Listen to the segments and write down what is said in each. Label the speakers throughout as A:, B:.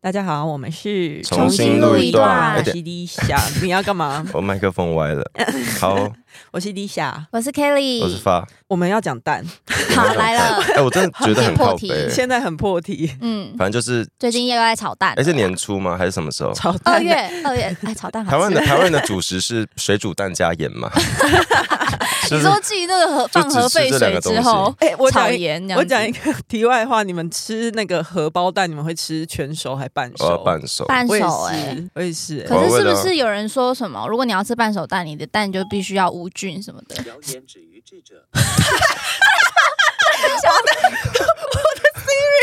A: 大家好，我们是
B: 重新录一段
C: 哎
A: 我是 D 夏，你要干 嘛？
B: 我麦克风歪了。好，
A: 我是 D 夏，
C: 我是 Kelly，
B: 我是发。
A: 我们要讲蛋，
C: 好来 了，
B: 哎、我真的觉得 很靠背、
C: 对
A: 现在很破题，
B: 哦
C: 嗯，
B: 反正就是，
C: 最近又在炒蛋
B: 哎、
C: 了，
B: 是年初吗？还是什么时候？
A: 炒
C: 二
A: 蛋
C: 月二月哎，炒蛋好
B: 台湾
C: 吃
B: 的台湾的主食是水煮蛋加盐 嘛？是不
C: 你
B: 是
C: 说继那个核
B: 就
C: 放
B: 只
C: 核废
B: 吃这两
C: 水
B: 个
C: 之
B: 东西
C: 后，
A: 哎、我
C: 炒
A: 讲一
C: 盐这样
A: 我
C: 子
A: 讲一个题外话，你们吃那个荷包蛋，你们会吃全熟还半
B: 我要
A: 熟？
B: 哦半熟。
C: 半
A: 我也
C: 熟哎、
A: 是，我也是、哎
C: 可是是
B: 我为
C: 不
B: 了
C: 是有人说什么？如果你要吃半熟蛋，你的蛋就必须要无菌什么的。
D: 谣言止于智者。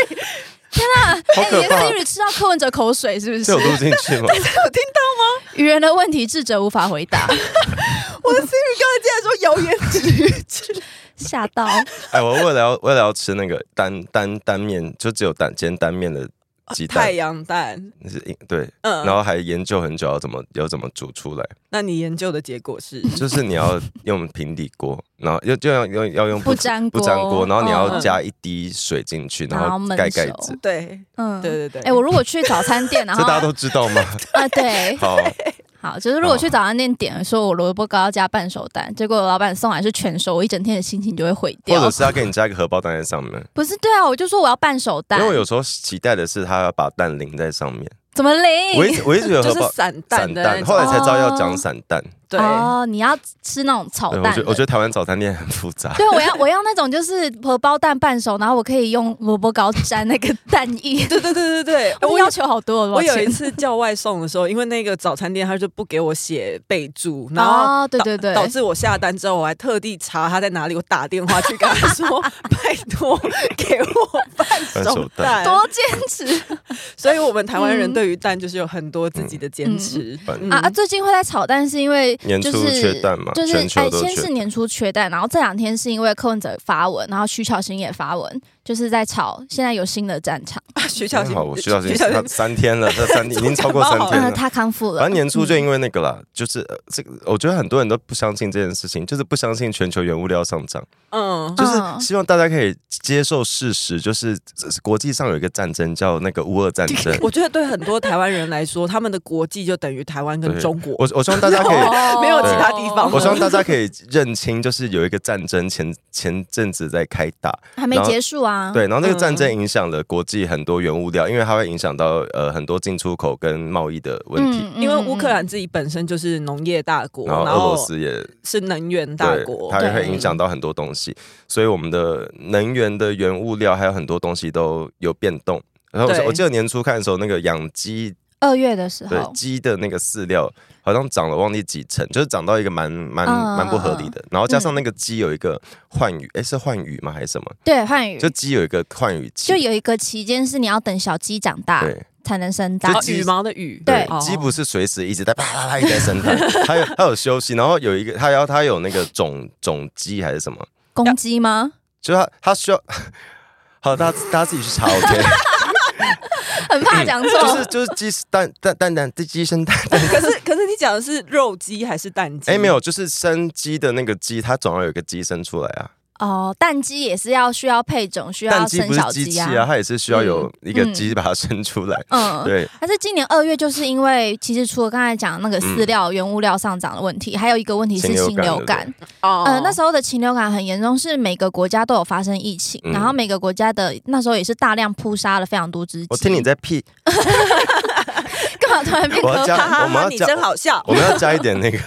B: 好
C: 哎、
B: 可
C: 你的
B: 怕
C: Siri 吃到柯文哲口水是不
B: 这有录
C: 是？
B: 进去吗？
C: 愚人的问题，智者无法回答，
A: 我的 Siri 刚才竟然说谣言止于 智，
C: 吓到。
B: 哎，我为了要为了要吃那个单单单面，就只有蛋煎单面的
C: 哦
B: 鸡
A: 太
B: 蛋，
A: 阳蛋，
B: 那是硬对，
A: 嗯，
B: 然后还研究很久要怎么要怎么煮出来，
A: 那你研究的结果是，
B: 就是你要用平底锅，然后要就要用要用
C: 不粘
B: 不
C: 锅
B: 粘锅，然后你要
A: 嗯
B: 加一滴水进去，
C: 然
B: 然
C: 后
B: 后
C: 焖
B: 盖盖
C: 熟
B: 子。
A: 对
C: 嗯，
A: 对对对，
C: 哎、我如果去早餐 店，然
B: 这
C: 后
B: 大家都知道吗？
C: 啊，对，
B: 好，哦
C: 好，就是如果去早餐店点说我萝卜糕要加半熟蛋，结果老板送来是全熟，我一整天的心情就会毁
B: 或
C: 掉
B: 者。是他给你加一个荷包蛋在上面，
C: 不是对啊，我就说我要半熟
B: 因
C: 蛋，
B: 为我有时候期待的是他要把蛋淋在上面。
C: 怎么零？
B: 我一直我一直有
A: 就
B: 荷
A: 是
B: 包
A: 散
B: 散
A: 蛋的那
B: 蛋，
A: 种，
B: 后来才知道要讲散蛋。
A: 对，
C: 哦，你要吃那种炒
B: 对，
C: 哦
B: 我
C: 蛋的
B: 觉得我觉得台湾早餐店很复 杂。
C: 对，我要我要那种就是荷包蛋半熟，然后我可以用萝卜糕沾那个 蛋液。
A: 对对对对对，哎有
C: 我要求好多，
A: 我有
C: 抱
A: 一
C: 歉
A: 次叫外送的时候，因为那个早餐店他就不给我写备注，然后。
C: 哦，对对对，
A: 导致我下单之后，我还特地查他在哪里，我打电话去跟他说：“拜托，给我半
B: 半
A: 熟
B: 熟
A: 蛋
B: 蛋。
C: 多坚持
A: 所以，我们台湾人
C: 嗯
A: 对于蛋就是有很多自己的坚持。
B: 嗯
C: 啊！啊最近会在炒蛋是因为
B: 年
C: 就
B: 初
C: 是
B: 缺蛋嘛，
C: 就是哎
B: 全球都
C: 先
B: 缺
C: 是。年初缺蛋，然后这两天是因为柯文哲发文，然后徐巧芯也发文，就是在吵现在有新的战场，
A: 啊徐小
B: 还
A: 新
B: 好，，我徐老师
A: 徐小
B: 他
A: 新
B: 三天了，这三天已经超过三天
C: 嗯，
B: 了。
C: 他康复
B: 反
C: 了嗯
B: 正。年初就因为那个啦，就是呃这个，我觉得很多人都不相信这件事情，就是不相信全球原物料上涨。
A: 嗯，。
B: 就是
C: 嗯
B: 希望大家可以接受事实，就是这是国际上有一个战争叫那个乌俄战争
A: 我觉得对很多台湾人来说，他们的国际就等于台湾跟
B: 对
A: 中国。
B: 我我希望大家可以，
C: 哦
A: 没有啊其他地方
B: 我希望大家可以认清，就是有一个战争前前阵子在开打，
C: 还没结束啊。
B: 对，然后这个战争
A: 嗯
B: 影响了国际很多原物料，因为它会影响到呃很多进出口跟贸易的问题，
C: 嗯
A: 因为乌克兰自己本身就是农业大国，
B: 然后
A: 然
B: 俄罗
A: 后
B: 斯也
A: 是能源大
B: 对，
A: 国，
B: 它也会
C: 对
B: 影响到很多东西，所以我们的能源的原物料还有很多东西都有变动。然后我记
A: 对
B: 我记得年初看的时候，那个养鸡
C: 二月的时
B: 对
C: 候，
B: 鸡的那个饲料好像涨了，忘记几成，就是涨到一个蛮蛮
C: 嗯
B: 蛮不合理的。然后加上那个鸡有一个换羽，哎、是换羽吗还是什么？
C: 对汉语
B: 就鸡有一个换羽期
C: 就，有一啊个期间是你要等小鸡长大
B: 对
C: 才能生
A: 然
C: 蛋
A: 后
B: 就。
A: 羽毛的羽，
C: 对
A: 哦
B: 鸡不是随时一直在啪啪啪一直在 生蛋，它有它有休息，然后有一个它要它有那个种种鸡还是什么，
C: 公鸡吗？
B: 就是它它需要。 好，大家大家自己去查 OK，
C: 很怕讲
B: 嗯就
C: 错
B: 是。就是鸡是蛋蛋蛋蛋鸡生蛋蛋，
A: 可是可是你讲的是肉鸡还是蛋鸡？
B: 哎没有，就是生鸡的那个鸡，它总要有一个鸡生出来啊。
C: 哦，蛋鸡也是要需要配种，需
B: 蛋
C: 要
B: 鸡
C: 生
B: 不是
C: 小
B: 机器
C: 鸡
B: 啊，
C: 啊。
B: 它也是需要有一个
C: 嗯
B: 鸡把它生出来。
C: 嗯，
B: 对，
C: 但是今年二月，就是因为其实除了刚才讲那个饲料、原物料上涨的问题，还有一个问题是
B: 嗯禽流
C: 禽
B: 感对
C: 流
B: 不
C: 感。
A: 哦
C: 嗯、那时候的禽流感很严重，是每个国家都有发生疫情，
B: 嗯
C: 然后每个国家的那时候也是大量扑杀了非常多只鸡。
B: 我听你在屁，
C: 干嘛突然变
B: 我
C: 科
A: 哈
B: 要加
C: 幻？
A: 哦哈哈，
B: 我们要
A: 你
B: 加
A: 真好笑，
B: 我们要加一点那个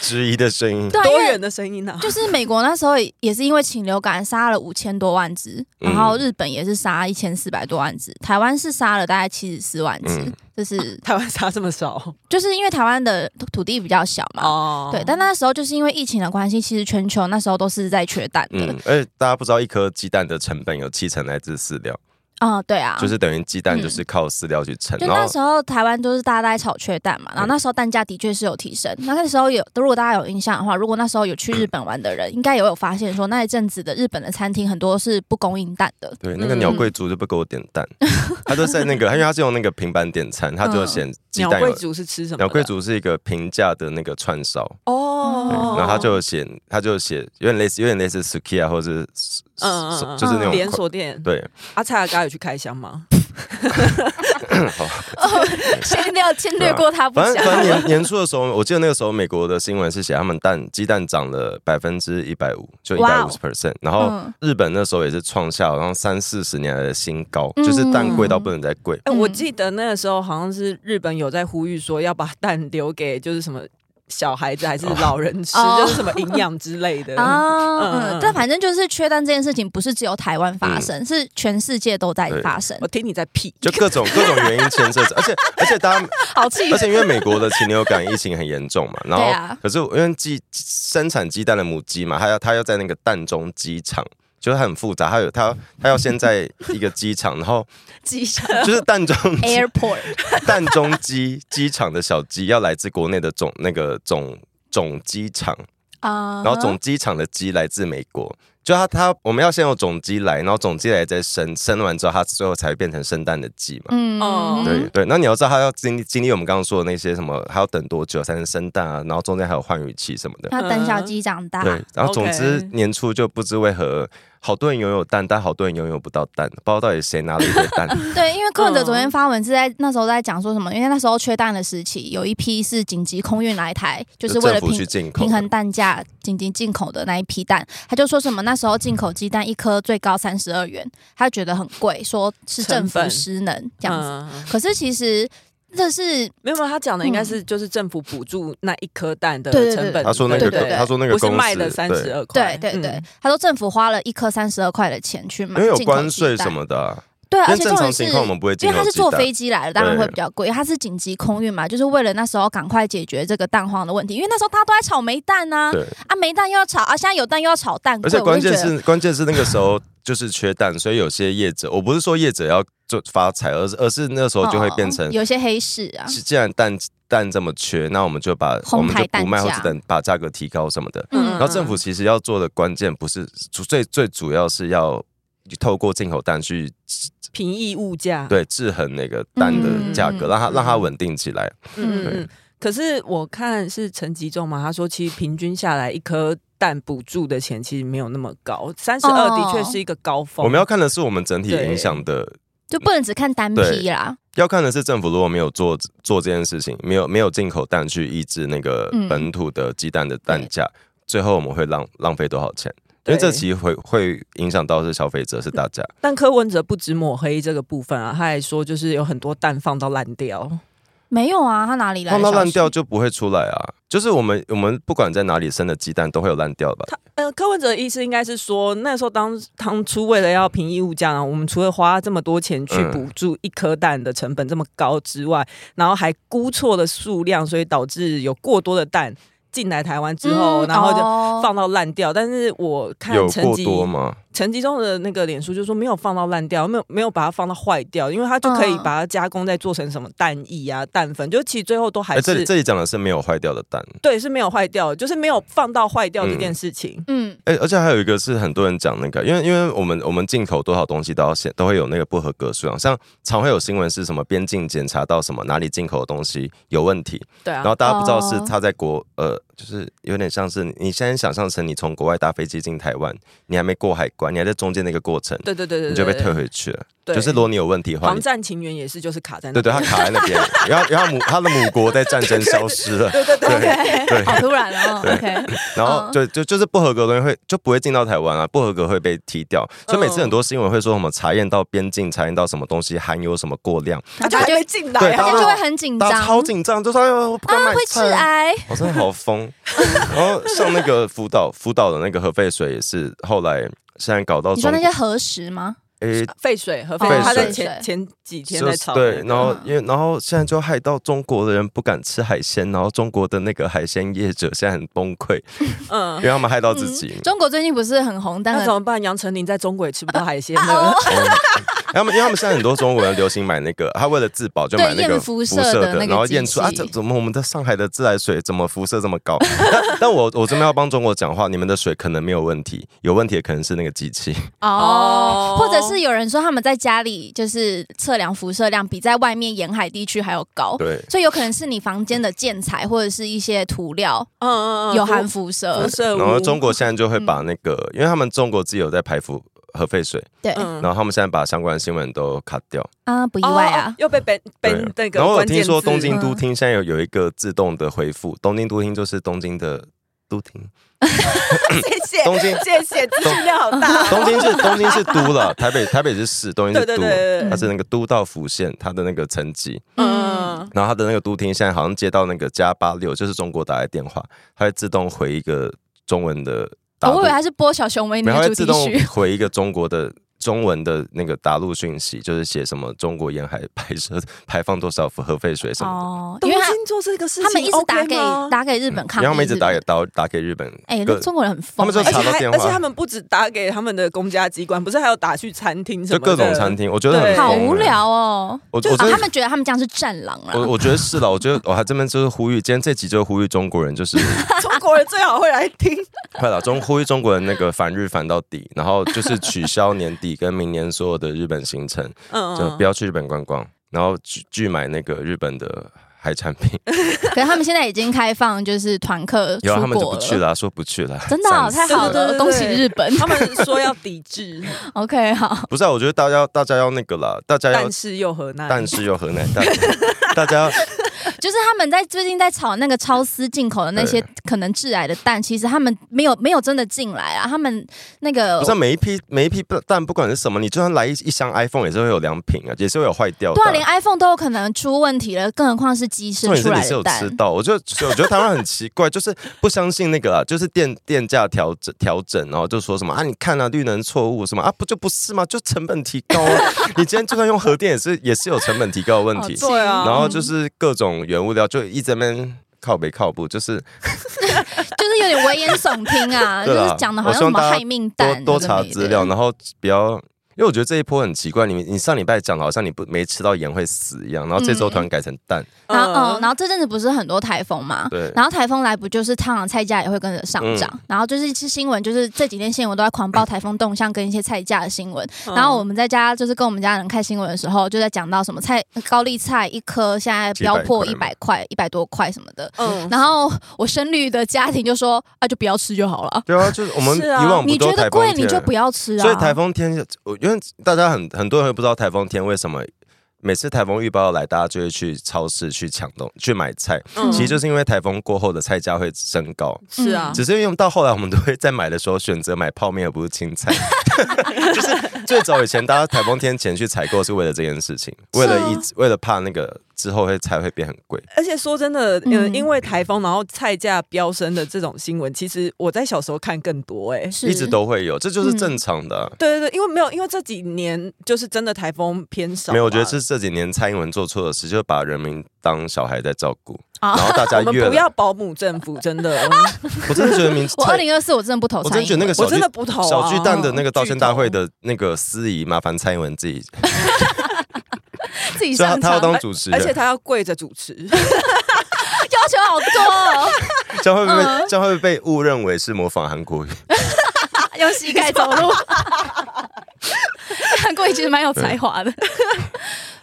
B: 质疑的声音。
C: 对啊，因
A: 多
C: 为
A: 远的声音呢？
C: 就是美国那时候也是因为禽流感杀了五千多万只，然
B: 嗯
C: 后日本也是杀一千四百多万只，台湾是杀了大概七十四万只，
B: 嗯
C: 就是
A: 台湾差这么 少
C: 就是因为台湾的土地比较小嘛。
A: 哦
C: 对，但那时候就是因为疫情的关系，其实全球那时候都是在缺蛋的。
B: 嗯，而且大家不知道，一颗鸡蛋的成本有七成来自饲料，
C: 啊、对啊，
B: 就是等于鸡蛋就是靠饲料去撑。
C: 就
B: 然
C: 那
B: 后嗯
C: 时候台湾就是大家在炒缺蛋嘛，然后那时候蛋价的确是有提升。那个时候有，如果大家有印象的话，如果那时候有去日本玩的人，应该也有发现说那一阵子的日本的餐厅很多是不供应蛋的。
B: 对那个鸟贵族就不给我点蛋，他就在那个，因为他是用那个平板点餐，他就显鸡
A: 鸟
B: 蛋
A: 贵
B: 有。
A: 族是吃什么的？
B: 鸟贵族是一个平价的那个串烧，对
A: 哦，
B: 嗯然后他就写，他就写有点类似，有点类似 Sukiya 或者是
A: 嗯嗯嗯
B: 就是那种
A: 连锁店，
B: 对，
C: 嗯
A: 阿蔡阿嘎有去开箱吗？
C: 先略先略过它不
B: 反正
C: 讲。
B: 反正年年初的时候，我记得那个时候美国的新闻是写他们蛋鸡蛋涨了百分之一百五，就一百
C: 哇哦
B: 五十 percent。然后
C: 嗯
B: 日本那时候也是创下然后三四十年来的新高，
C: 嗯
B: 就是蛋贵到不能再贵。
A: 哎、我
C: 嗯
A: 记得那个时候好像是日本有在呼吁说要把蛋留给就是什么小孩子还是老人吃，
C: 哦
A: 就是什么营养之类的。
C: 啊，
A: 嗯
C: 嗯，但反正就是缺蛋这件事情，不是只有台湾发生，是全世界都在
B: 嗯对
C: 发生
A: 我，听你在屁，
B: 就各种各种原因牵涉着， 而且而且大家，
C: 好气
B: 而且因为美国的禽流感疫情很严重嘛，然后、
C: 对啊
B: 可是因为鸡生产鸡蛋的母鸡嘛，它要它要在那个蛋中鸡场，就是很复杂，它有它它要先在一个鸡场，然后
C: 机场
B: 就是蛋中鸡
C: airport
B: 蛋中鸡机场的小鸡要来自国内的总那个总总机场，
C: 啊，
B: 然后总机场的鸡来自美国。就它它我们要先有种鸡来，然后种鸡来再生，生完之后它最后才会变成生蛋的鸡嘛。
C: 嗯
A: 哦
B: 对对，那你要知道它要经历经历我们刚刚说的那些什么，还要等多久才能生蛋啊？然后中间还有换羽期什么的。
C: 要等小鸡长大，
B: 对，然后总之
A: OK
B: 年初就不知为何，好多人拥有蛋，但好多人拥有不到蛋，不知道到底谁拿了一堆蛋。
C: 对，因为柯文哲昨天
A: 嗯
C: 发文是在那时候在讲说什么，因为那时候缺蛋的时期，有一批是紧急空运来台， 就是为
B: 政
C: 了
B: 府
C: 平
B: 去进口
C: 平
B: 的，
C: 衡蛋价，紧急进口的那一批蛋，他就说什么那时候进口鸡蛋一颗最高三十二元，他觉得很贵，说是政
A: 成
C: 府
A: 本
C: 失能这样子。
A: 嗯嗯嗯
C: 可是其实这是
A: 没有，没有他讲的应该是就是政府补助那一颗蛋的
C: 嗯对对对
A: 成本。
B: 他说那个
A: 对不对
B: 他说那个
A: 不是
B: 公
A: 卖
B: 司
A: 的三
B: 对
A: 十二块
C: 对，对对
A: 嗯，
C: 他说政府花了一颗三十二块的钱去买
B: 因为有
C: 进口
B: 关税
C: 鸡蛋
B: 什，么的啊、
C: 对，
B: 因
C: 而
B: 为
C: 且
B: 正
C: 重
B: 常
C: 点是
B: 情况我们不会进
C: 因为
B: 口
C: 他是
B: 鸡
C: 坐
B: 蛋。
C: 飞机来的，当然会
B: 对
C: 比较贵。他是紧急空运嘛，就是为了那时候赶快解决这个蛋荒的问题。因为那时候大家都在炒没蛋啊，
B: 对，
C: 啊没蛋又要炒啊，现在有蛋又要炒蛋贵，
B: 而且关
C: 我
B: 键
C: 就觉得
B: 是关键是那个时候就是缺蛋，所以有些业者，我不是说业者要就发财，而是而是那时候就会变成
C: 哦，有些黑市啊，
B: 既既然蛋蛋这么缺，那我们就把
C: 哄
B: 我
C: 抬
B: 们就不卖，
C: 蛋
B: 或
C: 价
B: 者等把价格提高什么的。
C: 嗯
B: 然后政府其实要做的关键不是最最主要是要透过进口蛋去
A: 平抑物价。
B: 对制衡那个蛋的价格，
C: 嗯
B: 让它
A: 嗯
B: 让它稳定起来。
A: 嗯，嗯
B: 对
A: 嗯。可是我看是陈吉仲嘛，他说其实平均下来一颗蛋补助的钱其实没有那么高，三十二的
C: 哦
A: 确是一个高峰。
B: 我们要看的是我们整体影响的
C: 就不能只看单批啦。
B: 要看的是政府如果没有做做这件事情，没有没有进口蛋去抑制那个
C: 嗯
B: 本土的鸡蛋的蛋价，最后我们会浪浪费多少钱？因
A: 对
B: 为这其实会会影响到是消费者是大家，
A: 但柯文哲不止抹黑这个部分啊，他还说就是有很多蛋放到烂掉。
C: 没有啊，他哪里来
B: 放
C: 的消息？
B: 到烂掉就不会出来啊。就是我们我们不管在哪里生的鸡蛋都会有烂掉吧？
A: 他呃，柯文哲的意思应该是说，那时候当当初为了要平抑物价啊，我们除了花这么多钱去
B: 嗯
A: 补助一颗蛋的成本这么高之外，然后还估错了数量，所以导致有过多的蛋进来台湾之后，
C: 嗯
A: 然后就
C: 哦
A: 放到烂掉。但是我看
B: 有
A: 陈
B: 过
A: 吉
B: 多吗？
A: 陈吉中的那个脸书就说没有放到烂掉，没有没有把它放到坏掉，因为它就可以
C: 嗯
A: 把它加工再做成什么蛋液啊、蛋粉，就其实最后都还
B: 哎，这
A: 是
B: 里这里讲的是没有坏掉的蛋，
A: 对是没有坏掉的，就是没有放到坏掉这件事情。
C: 嗯，
B: 哎，而且还有一个是很多人讲那个，因为因为我们我们进口多少东西都要先都会有那个不合格数量，像常会有新闻是什么边境检查到什么哪里进口的东西有问题，
A: 对
B: 然后
A: 啊，
B: 大家不知道是
C: 哦
B: 他在国呃，就是有点像是你现在想象成你从国外搭飞机进台湾，你还没过海关，你还在中间那个过程，
A: 对对对对，
B: 你就被退
A: 对。
B: 回去了。
A: 对啊
B: 就是如果你有问题的话，
A: 防
B: 你
A: 战情缘也是，就是卡在那。
B: 对对，他卡在那 边，然后然后母他的母国在战争消失了，
A: 对对嗯对对，
B: 对
C: ，OK，好突然哦
B: 对
C: ，OK，
B: 然后就就就是不合格的东西会就不会进到台湾啊，不合格会被踢掉。
A: 嗯
B: 所以每次很多新闻会说什么查验到边境，查验到什么东西含有什么过量，
A: 他就还没进来
B: 对
A: 啊，
C: 大
B: 大
C: 家就
B: 家
C: 会很紧
B: 大
C: 张，
B: 家超紧张，就说哎呦我不敢买
C: 会致
B: 菜啊。
C: 癌，
B: 我、真的好疯。 然后像那个福岛，福岛的那个核废水也是后来现在搞到
C: 你
B: 中
C: 说
B: 国
C: 那，些核实吗？
B: 诶
A: 废水和
C: 废
A: 废水，
B: 水
A: 他在
C: 废
A: 前
C: 水
A: 前几天
B: 就
A: 在
B: 是
A: 炒那个。
B: 对，然后因为然后现在就害到中国的人不敢吃海鲜，然后中国的那个海鲜业者现在很崩溃，
A: 嗯
B: 因为，他们害到自己。
C: 中国最近不是很红，但
A: 那
C: 很
A: 怎么办？杨丞琳在中国也吃不到海 鲜
C: 啊
A: 了。
C: 哦
B: 嗯他们因为他们现在很多中国人流行买那个，他为了自保就买那
C: 对
B: 个
C: 验
B: 辐
C: 辐
B: 射
C: 射
B: 的，
C: 的那个
B: 然后验
C: 机
B: 出啊，
C: 器
B: 怎怎么我们的上海的自来水怎么辐射这么高？ 但但我我这边要帮中国讲话，你们的水可能没有问题，有问题的可能是那个机器。
A: 哦
C: 哦，或者是有人说他们在家里就是测量辐射量比在外面沿海地区还要高，
B: 对，
C: 所以有可能是你房间的建材或者是一些涂料
A: 嗯嗯嗯，
C: 哦有含辐射
A: 辐。射
B: 然
A: 污。嗯
B: 后中国现在就会把那个，因为他们中国自己有在排辐核废水，
C: 对，
A: 嗯
B: 然后他们现在把相关的新闻都卡掉。
C: 啊，不意外啊
A: 哦，又被本
B: 对
A: 本那，个
B: 然后我
A: 关键
B: 听
A: 字
B: 说 东京都
C: 嗯
B: 厅现在有有一个自动的回复，东京都厅就是东京的都厅，
A: 谢谢
B: 东 京
A: 谢谢，资讯量好大哦。
B: 东京是东京是都了，台北台北是市，东京
A: 对
B: 是
A: 对
B: 都，
A: 对对
B: 它
A: 对，
B: 是那个都道府县它的那个层级，
A: 嗯，
B: 然后它的那个都厅现在好像接到那个加八六，就是中国打来电话，它会自动回一个中文的打
C: 哦
B: 入，
C: 我以为他是播小熊维尼
B: 没有它
C: 的
B: 会
C: 主
B: 自
C: 题
B: 动
C: 曲，
B: 回一个中国的。中文的那个打入讯息，就是写什么中国沿海拍摄排放多少核废水什么的，
C: 哦，
A: 东
C: 因为他
A: 京做这个事情，
C: 他们一直打
A: OK
C: 给
A: 吗
C: 打给日本抗
B: 然
C: 议，
B: 后他们一直打给
C: 日本，
B: 打打给日本
C: 哎，
B: 各
C: 那中国人很疯
B: 他们就
A: 而
C: 哎，
A: 且
B: 查到
A: 还
B: 电话
A: 而且他们不止打给他们的公家机关，不是还有打去餐厅什
B: 就
A: 么的，
B: 各种餐厅，我觉得很
A: 对
B: 疯
C: 好
B: 欸
C: 无。聊哦。
B: 我
A: 就
B: 我
C: 啊，
B: 真
C: 他
B: 的，
C: 们觉得他们这样是战狼啊！
B: 我我觉得是了。我觉得我还这边就是呼吁，今天这集就是呼吁中国人，就是
A: 中国人最好会来听，
B: 快了中呼吁中国人那个反日反到底，然后就是取消年底跟明年所有的日本行程，
A: 嗯，
B: 就不要去日本观光，然后去去买那个日本的海产 品。
C: 可是他们现在已经开放，就是团客出
B: 然后他们就
C: 国
B: 不去了啊，说不去了，
C: 真的哦、
B: 散
C: 太好
A: 对对对
C: 了，
A: 对
C: 恭喜日本。
A: 他们说要抵 制，
C: OK，好，
B: 不是啊，我觉得大家大家要那个啦，大家要
A: 但是又何奈？
B: 但是又何 奈，大大家要
C: 哦就是他们在最近在炒那个超丝进口的那些可能致癌的蛋，其实他们没有没有真的进来啊，他们那个
B: 不是啊每一批每一批但不管是什么，你就算来一一箱 iPhone 也是会有良品啊，也是会有坏掉的
C: 对
B: 啊、
C: 啊，连 iPhone 都有可能出问题了，更何况是鸡生
B: 重点
C: 出
B: 是你
C: 来
B: 是有
C: 的
B: 吃
C: 蛋。
B: 到，我就所以我觉得台湾很奇怪，就是不相信那个啦，就是电电价调整调整，然后就说什么啊，你看啊，绿能错误什么啊，不就不是吗？就成本提高 啊，你今天就算用核电也是也是有成本提高的问题
C: 好，
A: 对啊
B: 然后就是各种原物料就一直在那边靠北靠步，就是
C: 就是有点危言耸 听啊， 就
B: 对啦
C: 是讲的好
B: 我
C: 像什
B: 希望
C: 么
B: 大家
C: 害命
B: 多
C: 蛋，啊
B: 多
C: 有的
B: 查
C: 没的
B: 资料，然后不要。因为我觉得这一波很奇怪，你你上礼拜讲的好像你不没吃到盐会死一样，然后这周突然改成蛋，
A: 嗯
C: 然后，嗯，然后这阵子不是很多台风嘛，
B: 对，嗯
C: 然后台风来不就是烫了菜价也会跟着上涨，然后就是是新闻，就是这几天新闻都在狂报台风动向跟一些菜价的新闻。
A: 嗯
C: 然后我们在家就是跟我们家人看新闻的时候，就在讲到什么菜高丽菜一颗现在飙破
B: 700
C: 一
B: 块
C: 百块、一百多块什么的。
A: 嗯，
C: 然后我深绿的家庭就说啊，就不要吃就好了。
B: 对啊，就是我们
A: 是啊
B: 以往不
C: 你
B: 都
C: 觉
B: 台
C: 得
B: 风
C: 贵
B: 天
C: 你就不要吃啊。
B: 所以台风天，我因为大家很很多人会不知道台风天为什么每次台风预报来，大家就会去超市去抢东去买菜，
A: 嗯
B: 其实嗯就是因为台风过后的菜价会升高。
A: 是啊，
B: 只是因为到后来，我们都会在买的时候选择买泡面而不是青菜。就是最早以前，大家台风天前去采购是为了这件事情，为了一为了怕那个之后会菜会变很贵。
A: 而且说真的，嗯，
C: 嗯
A: 因为台风然后菜价飙升的这种新闻，其实我在小时候看更多哎。
C: 是
B: 一直都会有，这就是正常的啊、
A: 对对对，因为没有，因为这几年就是真的台风偏少嘛。啊
B: 没有，我觉得是这几年蔡英文做错的事，就是把人民当小孩在照顾，
C: 啊
B: 然后大家
A: 我们
B: 越
A: 不
B: 来
A: 要保姆政府，真的，
B: 我真的觉得民
C: 我二
B: 蔡，
C: 零二四我真的不投
B: 我
C: 蔡
B: 真的觉
C: 英
B: 得那
C: 文。
B: 个
A: 我
B: 小
A: 真
B: 巨
A: 的不投啊。
B: 小巨蛋的那个道歉大会
A: 巨
B: 的那个司仪，麻烦蔡英文自己，
C: 自己
B: 所以他
C: 上
B: 他
C: 场
B: 要 当
C: 要
B: 主持
A: 头，而且
B: 人，
A: 他要跪着主持。
C: 求好多哦，
B: 这样会不会这样会不会被误认为是模仿韩国语？
C: 用膝盖走 路。韩国瑜其实蛮有才华的。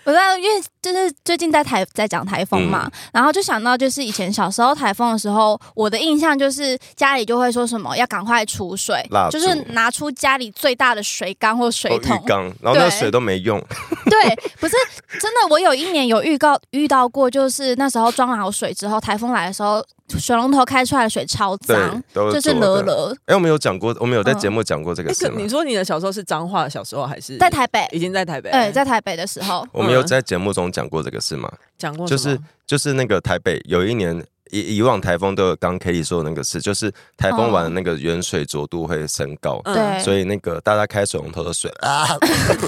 C: 我在因为就是最近在台在讲台风嘛，
B: 嗯
C: 然后就想到就是以前小时候台风的时候，我的印象就是家里就会说什么要赶快储水
B: 蜡，烛
C: 就是拿出家里最大的水缸或水
B: 哦，
C: 桶。
B: 浴缸，然后那个
C: 对
B: 水都没用，
C: 对，不是真的，我有一年有预告遇到过，就是那时候装好水之后，台风来的时候，水龙头开出来的水超
B: 对
C: 脏，，
B: 都
C: 就是是
B: 浊
C: 了
B: 的。
C: 了。
B: 哎，我们有讲过，我们有在
C: 嗯
B: 节目讲过这个
A: 哎，
B: 事
A: 可
B: 吗
A: 你？说你的小时候是彰化的小时候还是
C: 在？台北，
A: 已经在台北，
C: 对，在台北的时候，
B: 我们有在节目中讲过这个事吗？
A: 讲过什
B: 就
A: 么，
B: 是就是那个台北有一年。以以往台风都有刚 k a t i e 说的那个事，就是台风完了那个原水浊度会升高，
A: 嗯
C: 嗯对
B: 所以那个大家开水龙头的水啊，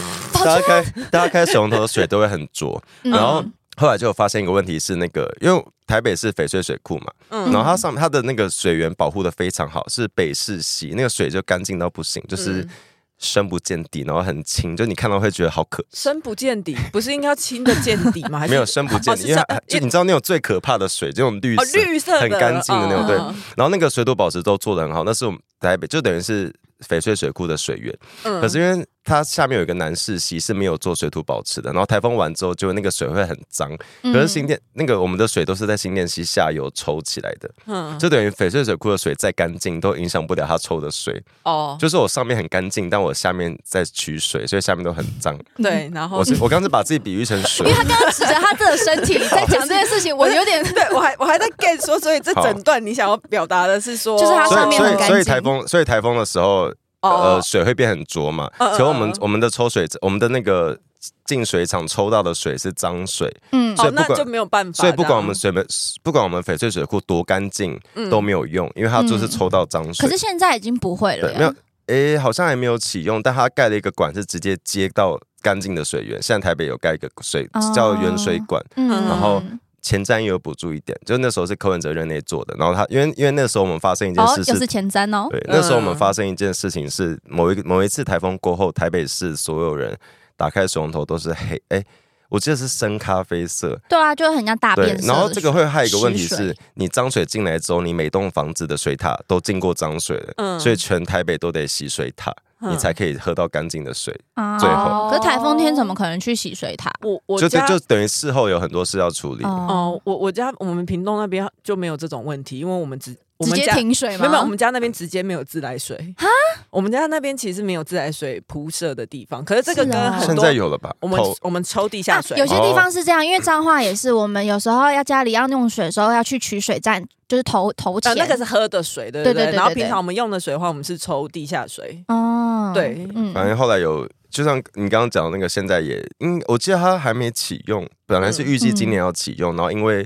B: 大家开大家开水龙头的水都会很浊。
C: 嗯
B: 然后后来就有发现一个问题是，那个因为台北是翡翠水库嘛，
A: 嗯
B: 然后它上它的那个水源保护的非常好，是北市溪，那个水就干净到不行，就是
A: 嗯
B: 深不见底，然后很清，就你看到会觉得好可，
A: 深不见底，不是应该要轻的见底吗？还是
B: 没有深不见
A: 哦
B: 底，
A: 是
B: 因为
A: 深
B: 它就你知道那种最可怕的水，这种绿
A: 哦
B: 色，
A: 绿色的
B: 很干净的那种，对
A: 嗯。
B: 然后那个水土保持都做得很好，那是我们台北就等于是翡翠水库的水源。
A: 嗯
B: 可是因为它下面有一个男士席是没有做水土保持的，然后台风完之后，就那个水会很脏。
C: 嗯
B: 可是新店、那个我们的水都是在新店溪下游抽起来的，
A: 嗯，
B: 就等于翡翠水库的水再干净，都影响不了它抽的水。
A: 哦，
B: 就是我上面很干净，但我下面在取水，所以下面都很脏。
A: 对，然后
B: 嗯我是我刚是把自己比喻成水
C: 哦因为，他刚刚指着他自己的身体在讲这件 事情，我有点
A: 对我还我还在 get 说，所以这整段你想要表达的是说，
C: 就是它
B: 所
C: 上
B: 以
C: 面
B: 所
C: 很
B: 以
C: 干净
B: 所以台风所以台风的时候，
A: 哦
B: 呃，水会变很浊嘛。
A: 嗯嗯
B: 所以我们
A: 嗯
B: 我们的抽水我们的那个净水厂抽到的水是脏水，
C: 嗯
B: 所以
A: 哦，
B: 不
A: 那
B: 管
A: 就没有办法。
B: 所以不
A: 这
B: 管
A: 样
B: 我们水门不管我们翡翠水库多干净
A: 嗯
B: 都没有用，因为它就是
C: 嗯
B: 抽到脏
C: 可
B: 水。
C: 是现在已经不会了
B: 对，没有
C: 呀。，
B: 诶，好像还没有启用，但它盖了一个管是直接接到干净的水源。现在台北有盖一个水
C: 哦
B: 叫原水管，
C: 嗯
A: 然
B: 后前瞻也有补助一点，就那时候是柯文哲任内做的。然后他因为因为那时候我们发生一件
C: 哦
B: 事，
C: 又
B: 是
C: 是前瞻哦，
B: 对，那时候我们
A: 嗯
B: 发生一件事情是某一个某一次台风过后，台北市所有人打开水龙头都是黑，哎、我记得是深咖啡色，
C: 对啊，就很像大
B: 对
C: 便。色的水。
B: 然后这个会害一个问题
C: 食
B: 是
C: 水，
B: 你脏水进来之后，你每栋房子的水塔都经过脏水了，
A: 嗯
B: 所以全台北都得洗水塔，你才可以喝到干净的水。
C: 啊
B: 最后
C: 可是台风天怎么可能去洗水塔？
A: 我我
B: 就
A: 家
B: 就等于事后有很多事要处理。
A: 哦，我我家我们屏东那边就没有这种问题，因为我们只我
C: 直
A: 们
C: 接
A: 家
C: 停水
A: 没
C: 吗？
A: 有没有，我们家那边直接没有自来水啊。我们家那边其实没有自来水铺设的地方，可是这个
C: 是
A: 跟
C: 啊
A: 很
B: 现
A: 多
B: 在有了吧？
A: 我们
B: 头
A: 我们抽地下
C: 啊
A: 水，
C: 有些地方是这
B: 哦
C: 样，因为彰化也是，我们有时候要家里要用水的时候要去取水站，就是投投钱。
A: 呃那个是喝的水，对
C: 对
A: 不
C: 对对
A: 对？然后
C: 对
A: 平
C: 对
A: 常我们用的水的话，我们是抽地下水。
C: 哦，
A: 对
C: 嗯
B: 反正后来有，就像你刚刚讲的那个，现在也，嗯，我记得它还没启用，本
A: 嗯
B: 来是预计今年要启用，然后因为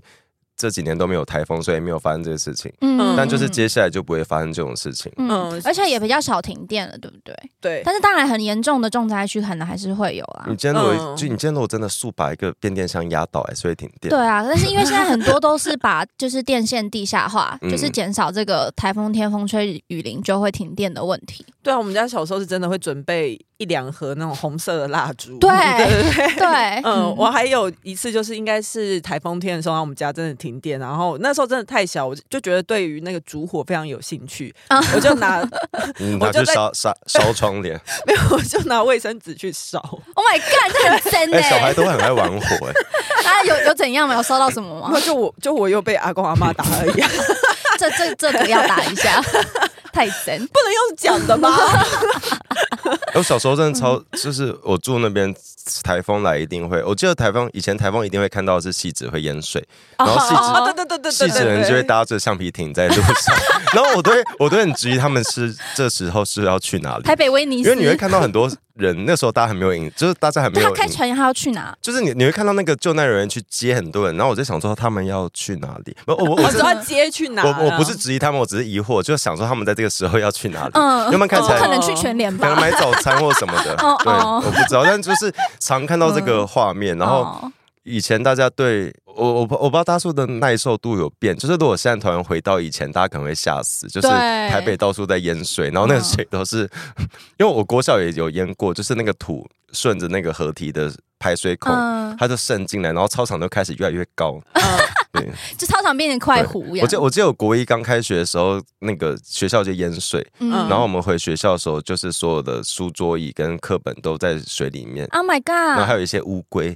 B: 这几年都没有台风，所以没有发生这个事情。
A: 嗯
B: 但就是接下来就不会发生这种事情。
C: 嗯
A: 嗯
C: 而且也比较少停电了，对不对？
A: 对，
C: 但是当然很严重的重灾区可能还是会有啊
B: 你。今天如果、
A: 嗯
B: 就你今天如果真的树把一个变电箱压倒、哎，所以停电。
C: 对啊，但是因为现在很 多都是把就是电线地下化，
B: 嗯
C: 就是减少这个台风天风吹雨淋就会停电的问 题。
A: 对啊，我们家小时候是真的会准备一两盒那种红色的蜡烛。
C: 对
A: 对对
C: 对，
A: 嗯，我还有一次就是应该是台风天的时候，然后我们家真的停电，然后那时候真的太小，我就就觉得对于那个烛火非常有兴趣，
C: 啊
A: 我就拿
B: 嗯，拿
A: 我就
B: 去
A: 在
B: 烧烧烧窗 帘。
A: 没有我就拿卫生纸去烧，
C: Oh my god，这很 真
B: 哎、小孩
C: 哎！
B: 都很爱玩火、哎，
C: 啊，有有怎样吗？有收到什么
A: 然
C: 吗
A: 后？就我就我又被阿公阿妈打而已啊，
C: 这这这个要打一下，太真。
A: 不能用讲 的吧？
B: 我小时候真的超，就是我住那边，台风来一定会。我记得台风以前台风一定会看到的是细纸会淹水，然后
C: 哦
B: 细纸
A: 啊，对对对对
B: 戏
A: 对
B: 子
A: 对
B: 人
A: 对，
B: 就会搭着橡皮艇在路 上，然后我都会我都很质疑他们是这时候是要去哪里，
C: 台北威尼
B: 因
C: 斯，
B: 为你会看到很多人那时候大家很没有影，就是大家很没
C: 他
B: 有
C: 开
B: 影，
C: 船他要去哪？
B: 就是你你会看到那个救难人员去接很多人，然后我在想说他们要去哪里，不我我
A: 我
B: 我
A: 知
B: 是
A: 道接去哪
B: 我我不是
A: 了
B: 质疑他们，我只是疑惑，就想说他们在这个时候要去哪里，
C: 嗯，
B: 有没有看起
C: 不
B: 来
C: 可能去全联
B: 可能
C: 吧？
B: 买早餐或什么的，
C: 哦
B: 对，
C: 哦嗯
B: 我不知道，但就是常看到这个画面， 然后。
C: 哦
B: 以前大家对我我不我不知道大家说的耐受度有变，就是如果现在突然回到以前，大家可能会吓死，就是
C: 对
B: 台北到处在淹水，然后那个
C: 嗯
B: 水都是，因为我国小也有淹过，就是那个土顺着那个河堤的排水孔。
C: 嗯，
B: 它就渗进来，然后操场就开始越来越高。
A: 嗯
B: 对，
C: 就操场变成快湖呀。
B: 我记得我记得我国一刚开学的时候，那个学校就淹水，
C: 嗯
A: 然
B: 然后我们回学校的时候，就是所有的书桌椅跟课本都在水里面，
C: Oh my
B: 然后还
C: god！
B: 有一些乌龟。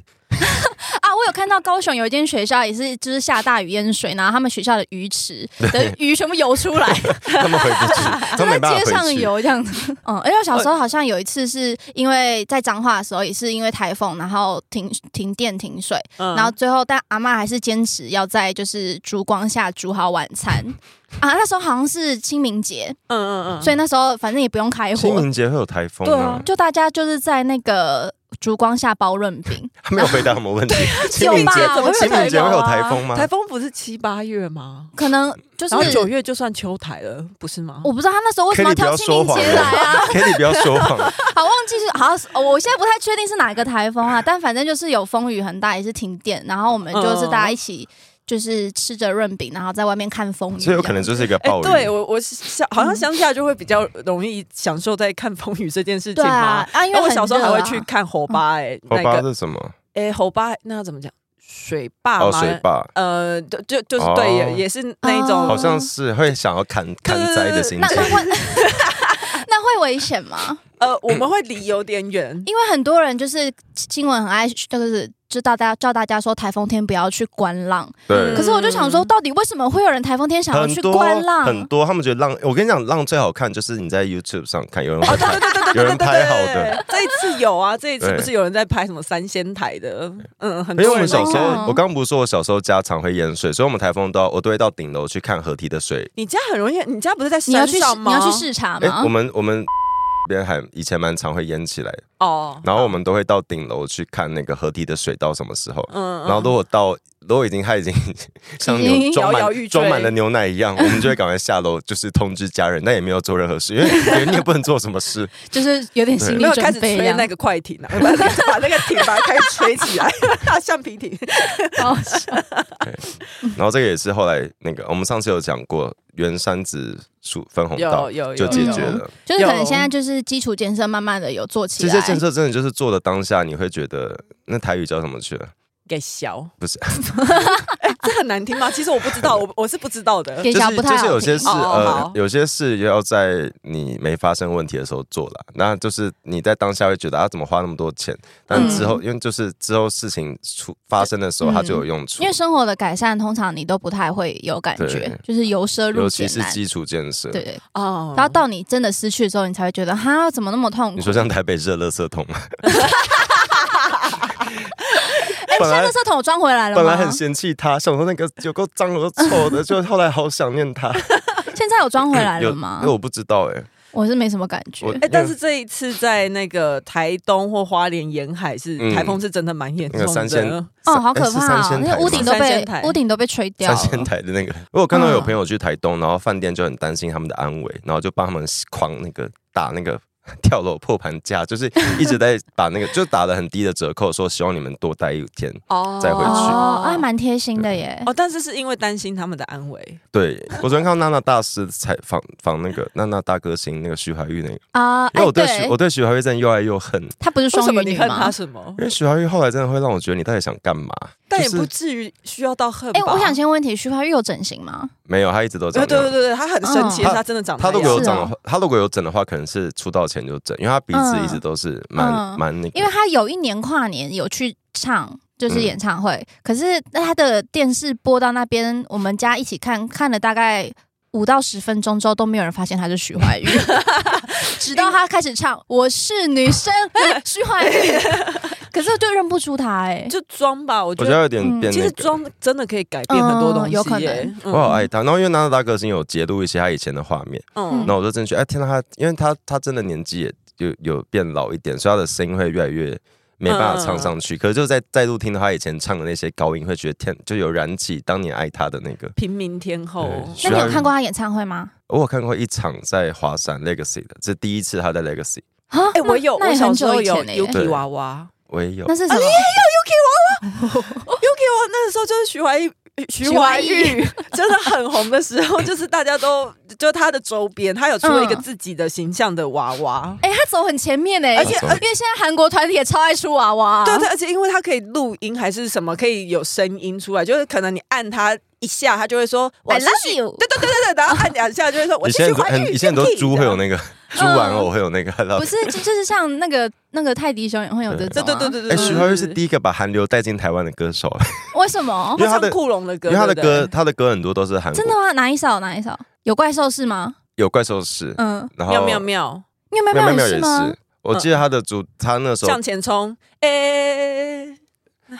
C: 啊，我有看到高雄有一间学校也是，就是下大雨淹水，然后他们学校的鱼池的鱼全部游 出来，
B: 他们回不去，他
C: 就
B: 们没
C: 在
B: 办法回
C: 街
B: 去。呃
C: 上游这样子。嗯，而且我小时候好像有一次是因为在彰化的时候，也是因为台风，然后停停电停水，
A: 嗯
C: 然后最后，但阿嬷还是坚持要在就是烛光下煮好晚餐啊。那时候好像是清明节，
A: 嗯嗯嗯，
C: 所以那时候反正也不用开
B: 清
C: 火，
B: 明节会有台风
A: 对
B: 啊
A: 啊，
C: 就大家就是在那个烛光下包润饼。
B: 他没有回答我们问题。清
C: 有
B: 明
C: 吧
B: 节，
A: 怎么
B: 清明节会有
A: 有啊
B: 台风吗？
A: 台风不是七八月吗？
C: 可能就
A: 然后
C: 是
A: 九月就算秋台了，不是吗？
C: 我不知道他那时候为什么
B: Kelly
C: 要
B: 不要
C: 挑清
B: 说
C: 明
B: 谎
C: 节来啊，
B: ，Kelly 不要说谎。
C: 好忘记是好像是，哦我现在不太确定是哪一个台风啊，但反正就是有风雨很大，也是停电，然后我们就是大家一起就是吃着润饼，然后在外面看风雨这样子，
B: 所以有可能就是一个
A: 哎、
B: 暴雨。
A: 对我我是乡好像乡下就会比较容易享受在看风雨这件事情
C: 对
A: 嘛
C: 啊。，啊，因
A: 因为
C: 为
A: 我
C: 很
A: 小时候还
C: 热
A: 会
C: 啊
A: 去看猴巴哎、
B: 欧
A: 那
B: 巴
A: 个
B: 是什么？
A: 哎、猴巴那要怎么讲？水坝
B: 哦，
A: 嘛，
B: 水坝，
A: 呃，就就就是
B: 哦
A: 对，也也是那一种，
C: 哦
B: 好像是会想要砍砍灾的心
C: 那那
B: 情。
C: 会 那会危险吗？
A: 呃，我们会离有点远，
C: 因为很多人就是新闻很爱就是知道大家叫大家说台风天不要去观浪，
B: 对
A: 嗯
C: 可是我就想说，到底为什么会有人台风天想要
B: 很
C: 去
B: 多
C: 观浪？
B: 很多，他们觉得浪，我跟你讲，浪最好看就是你在 YouTube 上看，有人会拍，有人拍好的。
A: 对。这一次有啊，这一次
B: 对
A: 不是有人在拍什么三仙台的？嗯，很
B: 因为
A: 多
B: 我
A: 人
B: 们小时候
C: 哦，
B: 我刚刚不是说我小时候家常会淹水，所以我们台风都要我都会到顶楼去看河堤的水。
A: 你家很容易，你家不是在
C: 你要
A: 山
C: 去视
A: 上吗？
C: 你要去视察
A: 啊
B: 哎、
C: 吗？
B: 我们我们边还以前蛮常会淹起来，
A: 哦，
B: 然后我们都会到顶楼去看那个河堤的水到什么时候。
A: 嗯，
B: 然后如果到如果已经它已经 像
C: 已经
B: 牛装
A: 摇摇欲坠
B: 满装满了牛奶 一样，我们就会赶快下楼，就是通知家人，但也没有做任何事，因为人也不能做什 么事。
C: 就是有点心理
A: 没有开
C: 准
A: 始
C: 备
A: 吹那
C: 个，
A: 个快艇啊， 把那个把那个艇把它开始吹起来， 橡皮艇。
C: 好笑
B: 然后这个也是后来那个我们上次有讲过，圆山子树分红道
A: 有有有
B: 就解决
C: 有
B: 了。
C: 就是可能现在就是基础建设慢慢的有做起
B: 这
C: 来，
B: 些建设真的就是做的当下，你会觉得那台语叫什么去了？
A: 给小
B: 不 是，
A: 哎这很难听吗？其实我不 知道，我我是不知道的。
C: 给
B: 就
C: 小
B: 是
C: 不太
B: 就是
C: 好
B: 有些
C: 听
B: 事
A: 哦哦
B: 呃
A: 好，
B: 有些事要在你没发生问题的时候做了，那就是你在当下会觉得啊，怎么花那么多钱？但之后、因为就是之后事情出发生的时候，
C: 嗯
B: 它就有用处
C: 因。为生活的改善，通常你都不太会有感觉
B: 对，
C: 就是由奢入
B: 尤其
C: 俭
B: 是
C: 难。
B: 基础建设，
C: 对对，
A: 哦
C: 然后到你真的失去之后，你才会觉得哈，怎么那么痛苦
B: 你？说像台北市的垃圾桶吗？
C: 哎，现
B: 本来
C: 在垃圾桶我装回来了吗？
B: 本来很嫌弃它，想说那个有够脏、有够臭的，就后来好想念它。
C: 现在有装回 来
B: 有
C: 了吗
B: 因为？我不知道哎、
C: 我是没什么感觉
B: 我。
A: 哎、但是这一次在那个台东或花莲沿海是
B: 嗯
A: 台风，是真的蛮严重
B: 那个三
A: 的
B: 仙。
C: 哦，好可
B: 是
C: 怕
B: 三
C: 哦
B: 仙！
C: 那
B: 台
C: 个屋顶
A: 吗
C: 都
A: 三
C: 被
A: 仙台
C: 屋顶都被吹掉
B: 三
C: 了。
B: 仙台的那个，我有看到有
C: 嗯
B: 朋友去台东，然后饭店就很担心他们的安危，然后就帮他们狂那个打那个跳楼破盘价， 就是一直在把那个就打了很低的折扣，说希望你们多待一天。
A: 哦
B: 再回去
C: 哦，啊，蛮贴心的耶。
A: 哦，但是是因为担心他们的安危，
B: 对我昨天看到娜娜大师采访访那个娜娜大歌星那个徐怀钰那个，
C: 啊，
B: 因为我对徐、
C: 哎
B: 我对徐怀钰真的又爱又恨，
C: 她不是
A: 为
C: 双
A: 什么
C: 鱼
A: 你
C: 女
A: 恨他
C: 吗？
A: 什么？
B: 因为徐怀钰后来真的会让我觉得你到底想干嘛？
A: 但也
B: 就是
A: 不至于需要到恨吧。
C: 哎，我想先问题，徐怀钰有整形吗？
B: 没有，她一直都这
A: 对对
B: 样。
A: 对对，他很生气，
B: 嗯
A: 他真的长得
B: 她如果有
C: 是
B: 整
C: 哦
B: 的话，她如果有整的话，可能是出道前就整，因为她鼻子
C: 嗯
B: 一直都是蛮
C: 嗯
B: 蛮、那个。
C: 因为她有一年跨年有去唱。
A: 嗯
C: 就是演唱会，可是那她的电视播到那边，我们家一起看看了大概五到十分钟之后，都没有人发现她是徐怀钰， 直到她开始唱“我是女生”，徐怀钰， 可是我就认不出她哎、
A: 就装吧，我觉
B: 我觉得
A: 得。
B: 有点
C: 嗯
B: 变、那
A: 其
B: 个
A: 实装真的可以改变很多东西耶、
C: 嗯有可能
B: 我好爱他。然后因为娜娜大歌星有截录一些他以前的画面，
A: 嗯
B: 然后我就真的觉得，哎，天呐，他因为他他真的年纪也有有变老一点，所以他的声音会越来越没办法唱上去。可是就在再度听到他以前唱的那些高音，会觉得天就有燃起当年爱他的那个。
A: 平民天后，
B: 对
C: 那
B: 徐
C: 你
B: 怀
C: 有
B: 钰
C: 看过她演唱会吗？
B: 我有看过一场在华山 Legacy 的，这第一次他在 Legacy，
C: 啊，
A: 哎、我有，
C: 那那
A: 我
C: 也
A: 小
C: 很
A: 时
C: 久
A: 候
C: 以前
A: 有啊
C: 了耶
A: Yuki 娃娃
B: 我也有
C: 那。是什么？
A: ，Yuki 娃娃那时候就是徐怀钰，徐怀钰 真的很红的时候，就是大家都就他的周边，他有出了一个
C: 嗯
A: 自己的形象的娃娃，
C: 哎、他走很前面哎、
A: 而
B: 且
C: 因为现在韩国团体也超爱出娃娃，
A: 对对，而且因为它可以录音还是什么，可以有声音出来，就是可能你按它一下，它就会说我
C: i
A: 是徐
C: love you，
A: 对对对对对，然后按两下就会说我
B: 以
A: 是
B: 前
A: 徐
B: 很
A: 怀钰
B: 很以前很多猪会有，那个猪玩偶会有那个，
C: 不是，就就是像那个那个泰迪熊也会有这
A: 对
C: 种、啊，
A: 对对对对，
B: 哎，
A: 对
B: 徐怀钰是，第一个把韩流带进台湾的歌手，
C: 为什么
B: 因？为
A: 他
B: 他的
A: 唱库龙的歌，
B: 因为他的
A: 对不对
B: 歌他的歌很多都是韩国
C: 真的吗？哪一首？哪一首？有怪兽是吗？
B: 有怪兽是，
C: 嗯，
B: 然后
A: 妙妙妙
C: 妙妙
B: 没有没有没
C: 也
B: 有
C: 是
B: 也
C: 吗
B: 是？。我记得他的主，他那时候
A: 向前冲，哎，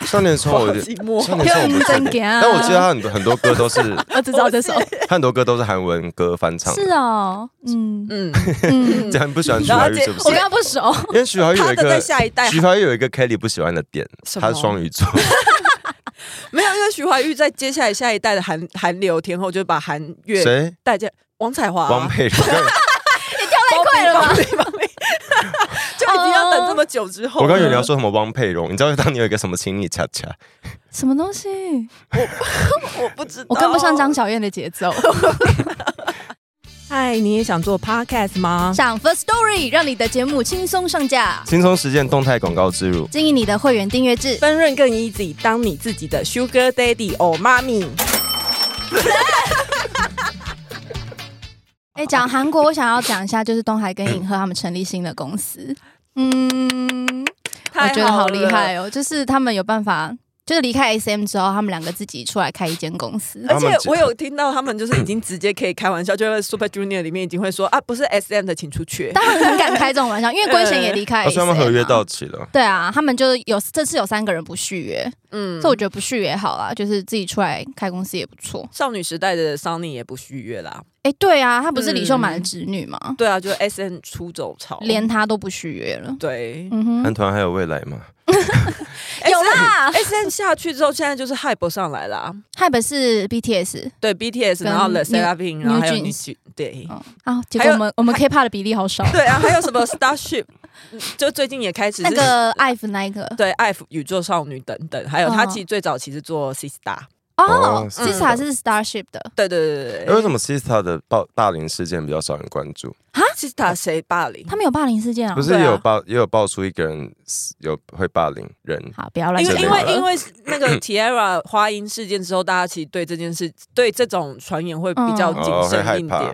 B: 少年时候
A: 好
B: 我就
A: 寂寞，
B: 少年时候我不
C: 真
B: 记得，
C: 给啊！
B: 但我记得他很多很多歌都是，
C: 我只知道这首，
B: 他很多歌都是韩文歌翻唱的。
C: 是哦，嗯
A: 嗯，
C: 嗯
B: 这，样你不喜欢徐怀钰是不是
C: 我跟？他不熟，
B: 因为徐怀钰有
A: 他
B: 一
A: 的在
B: 个，
A: 下一代
B: 徐怀钰有一个 Kelly 不喜欢的点，
A: 什么
B: 他是双鱼座，
A: 没有，因为徐怀钰在接下来下一代的韩韩流天后，就是把韩乐
B: 谁？
A: 带进王彩华啊、
B: 王佩仁。
C: 太快了吧
A: 王？ 佩王佩就已经要等这么久之后
B: 我
A: 了，
B: 刚以为你要说什么汪佩荣，你知道当年有一个什么请你恰恰，
C: 什么东西？
A: 我不知道，
C: 我跟不上张。小燕的节奏。
B: 哦
A: 嗨，哎你也想做 podcast 吗？
C: 上 First Story 让你的节目轻松上架，
B: 轻松实践动态广告植入。
C: 经营你的会员订阅制。
A: 分润更 easy，当你自己的 sugar daddy 或 mommy。
C: 哎，讲韩国，我想要讲一下，就是东海跟影赫他们成立新的公司，嗯，我觉得好厉害
A: 哦。
C: 哦，就是他们有办法，就是离开 SM 之后，他们两个自己出来开一间公司。
A: 而
B: 他们
A: 且
B: 只
A: 我有听到他们就是已经直接可以开玩笑， 就是 Super Junior 里面已经会说啊，不是 S M 的请出去。
C: 当然很敢开这 种玩笑，因为龟贤也离
B: 而
C: 开 SM，、
B: 且呃他们合约。到期了，
C: 啊对啊，他们就是有这次有三个人不续约，
A: 嗯
C: 所以我觉得不续约好啦，就是自己出来开公司也不错。
A: 少女时代的 Sunny 也不续约啦。
C: 哎、对啊，她不是李秀满的
A: 嗯
C: 侄女吗？
A: 对啊，就是 S M 出走潮，
B: 嗯
C: 连她都不续约了。
A: 对
C: 嗯哼，
B: 韩团还有未来吗？
A: 哎
C: 有啦，
A: S M 下去之后，现在就是 Hype 上来啦。
C: 汉本是 BTS
A: 对 BTS，然后
C: 跟
A: Le s e r a p i n 然后还有
C: New
A: 你去对。
C: 嗯啊，结
A: 还
C: 果
A: 有
C: 我们我们 K-pop 的比例 好少。
A: 对啊，还有什么 Starship，嗯 就最近也开始
C: 那
A: 是
C: 个 IVE 那一个
A: 对 F 宇宙少女等等，还有他
C: 哦
A: 其实最早其实做 C Star，
C: 哦
B: 哦
C: s i s a
B: 嗯
C: 是 Starship 的
A: 对对对对
B: 哎，
A: 对，
B: 为什么 Sista 的暴霸凌事件比较少人关注？
A: C Star 啊谁霸凌？
C: 他们有霸凌事件啊
B: 不？是
A: 对啊
B: 也有爆也有爆出一个人有会霸凌 人，
C: 好，不要乱
A: 因
C: 讲
A: 为
B: 这
A: 因
B: 个
A: 为
C: 了
A: 因为那 个 Tierra 花音事件之后，大家其实对这件事对这种传言会比较
C: 嗯
A: 谨
B: 哦会害
A: 慎一
B: 怕
A: 点。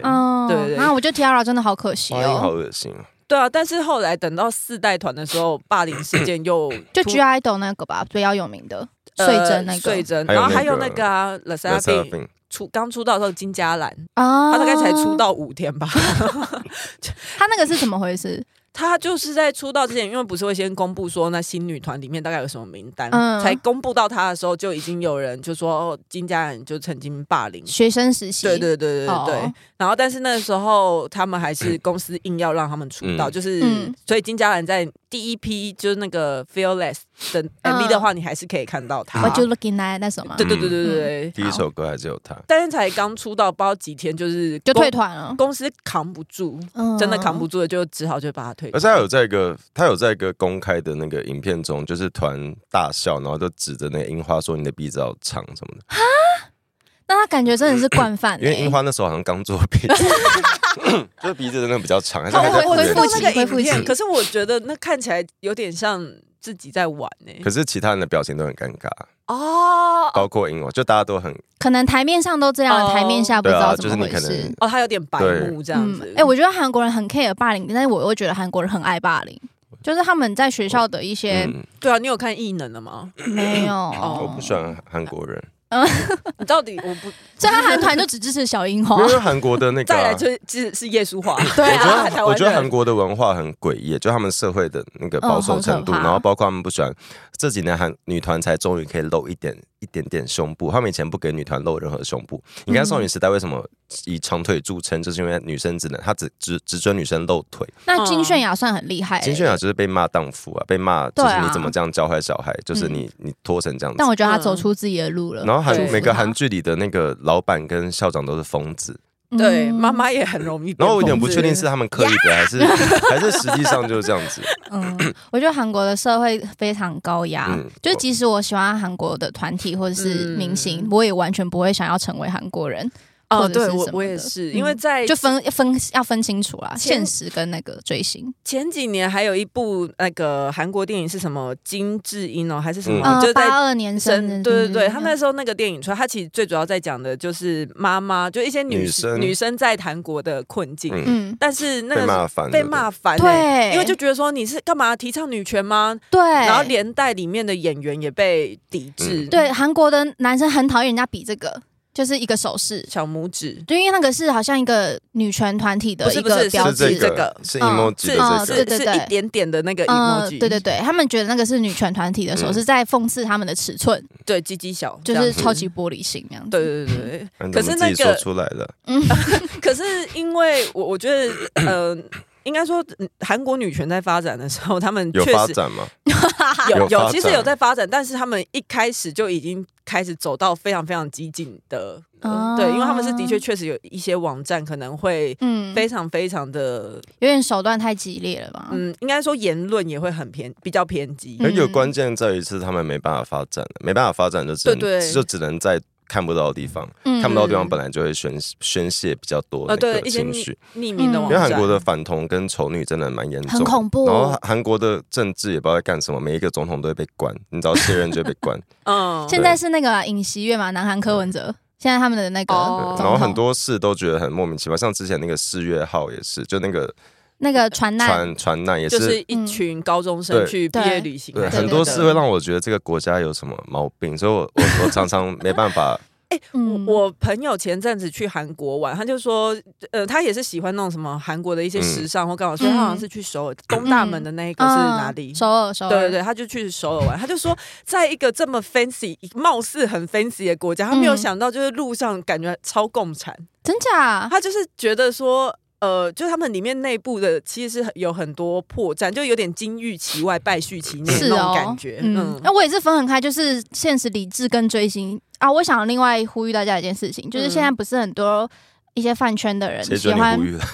A: 嗯
C: 哦，
A: 对对对
C: 然后我觉得 Tiara 真的好可惜
B: 哇，好
C: 哦，
B: 恶心哦！
A: 对啊，但是后来等到四代团的时候，霸凌事件 又
C: 就
A: 突
C: G Idol 那个吧，比较有名的
A: 呃
C: 穗珍那
A: 穗
C: 个
A: 珍，
B: 还有
A: 然后还
B: 那
A: 有
B: 个
A: 那个啊 l e s a b i
B: 病，
A: 出刚出道的时候，金嘉兰，
C: 啊
A: 她大概才出，道五天吧。
C: 他那个是怎么回事？
A: 他就是在出道之前，因为不是会先公布说那新女团里面大概有什么名单，
C: 嗯
A: 才公布到他的时候，就已经有人就说、哦、金家人就曾经霸凌。
C: 学生时期，
A: 对对对对对对
C: 哦
A: 然后但是那时候他们还是公司硬要让他们出道，
B: 嗯
A: 就是、
C: 嗯
A: 所以金家人在第一批就是那个 Fearless 的
C: 嗯
A: MV 的话，你还是可以看到
B: 啊
A: 他。
C: 我就 Looking at 那首嘛
A: 对，对
B: 嗯
A: 对对对对，
B: 第一首歌还是有他。
A: 但是才刚出道，不知道几天就是
C: 就
A: 公
C: 退，团了，
A: 公司扛不住，
C: 嗯
A: 真的扛不住了，就只好就把他退团。
B: 而且他有在一个，他有在一个公开的那个影片中，就是团大笑，然后就指着那个樱花说：“你的鼻子好长什么的。
C: 那他感觉真的是惯犯”欸，
B: 因为樱花那时候好像刚做 鼻子，就是鼻子真的比较长，还是
A: 他
B: 还在
A: 我
B: 复
A: 我
C: 恢
A: 知
B: 原
A: 道
C: 复
A: 那
B: 期。
C: 期
A: 个
C: 恢
A: 影
C: 复
A: 片，
C: 期
A: 可是我觉得那看起来有点像自己在玩呢、
B: 可是其他人的表情都很尴尬，
A: 哦
B: 包括樱花，就大家都很
C: 可能台面上都这样，
A: 哦
C: 台面下不
B: 对
C: 知道
B: 啊，
C: 怎
B: 就
C: 么
B: 是你
C: 回
B: 可
C: 事
B: 能。
A: 哦，他有点白
B: 对
A: 目这样子。
C: 哎、我觉得韩国人很 care 霸凌，但是我又觉得韩国人很爱霸凌，就是他们在学校的一些、
B: 嗯，
A: 对啊，你有看异能的吗？
C: 没有，
B: 我不喜欢韩国人，
A: 你到底我不
C: 所以他韩团就只支持小樱 花
B: 因。为韩国的那个
A: 哦 再来
B: 啊。
A: 就是是是耶稣话，
C: 对
B: 我觉
C: 啊，
A: 台
B: 得，
A: 湾
B: 我觉得
A: 人
B: 韩国的文化很诡异，就他们社会的那个
C: 嗯
B: 保守
C: 很
B: 程度，
C: 可怕
B: 然后包括他们不喜欢这几年韩女团才终于可以露一点一点点胸部，他们以前不给女团露任何胸部。你看
C: 嗯
B: 少女时代为什么以长腿著称，就是因为女生只能她只只只准女生露腿。
C: 那
A: 嗯
C: 金泫雅算很厉害、欸
B: 金泫雅，就是被骂荡妇啊，被骂就是
C: 哎对啊嗯
B: 你怎么这样教坏小孩，就是你你拖成这样子
C: 但。
A: 嗯
C: 我啊觉得她走出自己的路了。
B: 然后韩
A: 对
B: 每个韩剧里的那个老板跟校长都是疯子，
C: 嗯
A: 对妈，妈也很容易。
B: 然后我有点不确定是，他们刻意的还是还是实际上就是这样 子。
C: 嗯，我觉得韩国的社会非常高压，
B: 嗯
C: 就是即使我喜欢韩国的团体或者是明星，
A: 嗯
C: 我也完全不会想要成为韩国人，
A: 哦，
C: 或者
A: 对
C: 是
A: 我
C: 什么
A: 我也
C: 的
A: 是，
C: 嗯
A: 因为在
C: 就分分要分清楚啦，
A: 哎前
C: 现实跟那个追星。
A: 前几年还有一部呃那个韩国电影是什么金智英哦，还是什么，
C: 啊
A: 就，是在
C: 八二年生的，
A: 对对对，
C: 嗯
A: 他那时候那个电影出来，他其实最主要在讲的就是妈妈，就一些女
B: 女生
A: 女生在韩国的困境。
B: 嗯，
C: 嗯，
A: 但是那
B: 被
A: 个
B: 骂烦了，
A: 被骂烦、欸
C: 对
A: 因为就觉得说你是干嘛提倡女权吗？
C: 对，
A: 然后连带里面的演员也被抵
B: 嗯
A: 制，
C: 对韩国的男生很讨厌人家比这个，就是一个手势，
A: 小拇指
C: 就因为那个是好像一个女权团体的
A: 不是
C: 一
A: 不是
C: 个标
B: 是
C: 志
B: 这。
A: 这
B: 个
A: 个
B: 是
C: 嗯
B: emoji
A: 是
C: 哦
B: 的
A: 是
B: 这
C: 对
B: 个，
C: 对
A: 是
C: 对
A: 一点点的那个 emoji，、
C: 嗯，对对对，他们觉得那个是女权团体的手势，在讽刺他们的尺寸，
A: 对，鸡鸡小嗯
C: 就
A: 这
C: 是
A: 样子
C: 超级玻璃心那样子。
A: 对对 对对。
B: 嗯
A: 可
B: 怎么
A: 是那
B: 自己
A: 个
B: 说出来了，
A: 可是因为我我觉得，呃，应该说嗯韩国女权在发展的时候，他们
B: 有
A: 确
B: 发
A: 实
B: 展吗？
A: 有
B: 有发
A: 其实
B: 展
A: 有在发展，但是他们一开始就已经开始走到非常非常激进的，呃
C: 哦
A: 嗯对，因为他们是的确确实有一些网站可能会
C: 嗯，
A: 非常非常的，
C: 有点手段太激烈了吧？
A: 嗯，应该说言论也会很偏比较偏激，
B: 而有
C: 嗯
B: 关键在于是他们没办法发展了，没办法发展就只
A: 对
B: 能
A: 对
B: 就只能在看不到的地方，
C: 嗯
B: 看不到的地方
A: 嗯
B: 本来就会宣宣泄比较多
A: 呃，
B: 那
A: 对
B: 个
A: 一些
B: 情
A: 匿
B: 绪。
A: 匿名的
C: 嗯
A: 网
B: 因为
A: 站，
B: 韩国的反同跟丑女真的蛮严重的，
C: 很恐怖
B: 然后韩韩国的政治也不知道在干什么，每一个总统都会被关，你只要卸任就会被关。
A: 嗯，
C: 现在是那个尹锡悦嘛，南韩柯文哲，现现在他们的那 个
A: 哦
C: 总
B: 然后
C: 统
B: 很多事都觉得很莫名其妙，像之前那个四月号也是，就那个
C: 那个船难，
B: 船船难也
A: 就是是一群高中生
B: 对
A: 去毕业旅行
B: 对，
A: 啊，
C: 对
B: 很多事会让我觉得这个国家有什么毛病，所以我我我常常没办 法。
A: 我
C: 嗯，
A: 我朋友前阵子去韩国玩，他就说，呃，他也是喜欢那种什么韩国的一些
B: 嗯
A: 时尚或干嘛，所以他好像是去首尔东大门的那一个是哪里
C: 嗯？首尔，首尔，
A: 对对对，他就去首尔玩，他就说，在一个这么 fancy、貌似很 fancy 的国家，他没有
C: 嗯
A: 想到就是路上感觉超共产，
C: 真假？
A: 他就是觉得说。呃，就是他们里面内部的其实是有很多破绽，就有点金玉其外败絮其内
C: 是
A: 那
C: 哦
A: 种，感觉。
C: 嗯，那我也是分很开，就是现实理智跟追星啊。我想另外呼吁大家一件事情，就是
A: 嗯
C: 现在不是很多一些饭圈的人
B: 谁
C: 喜
B: 准你
C: 欢
B: 呼，吁了？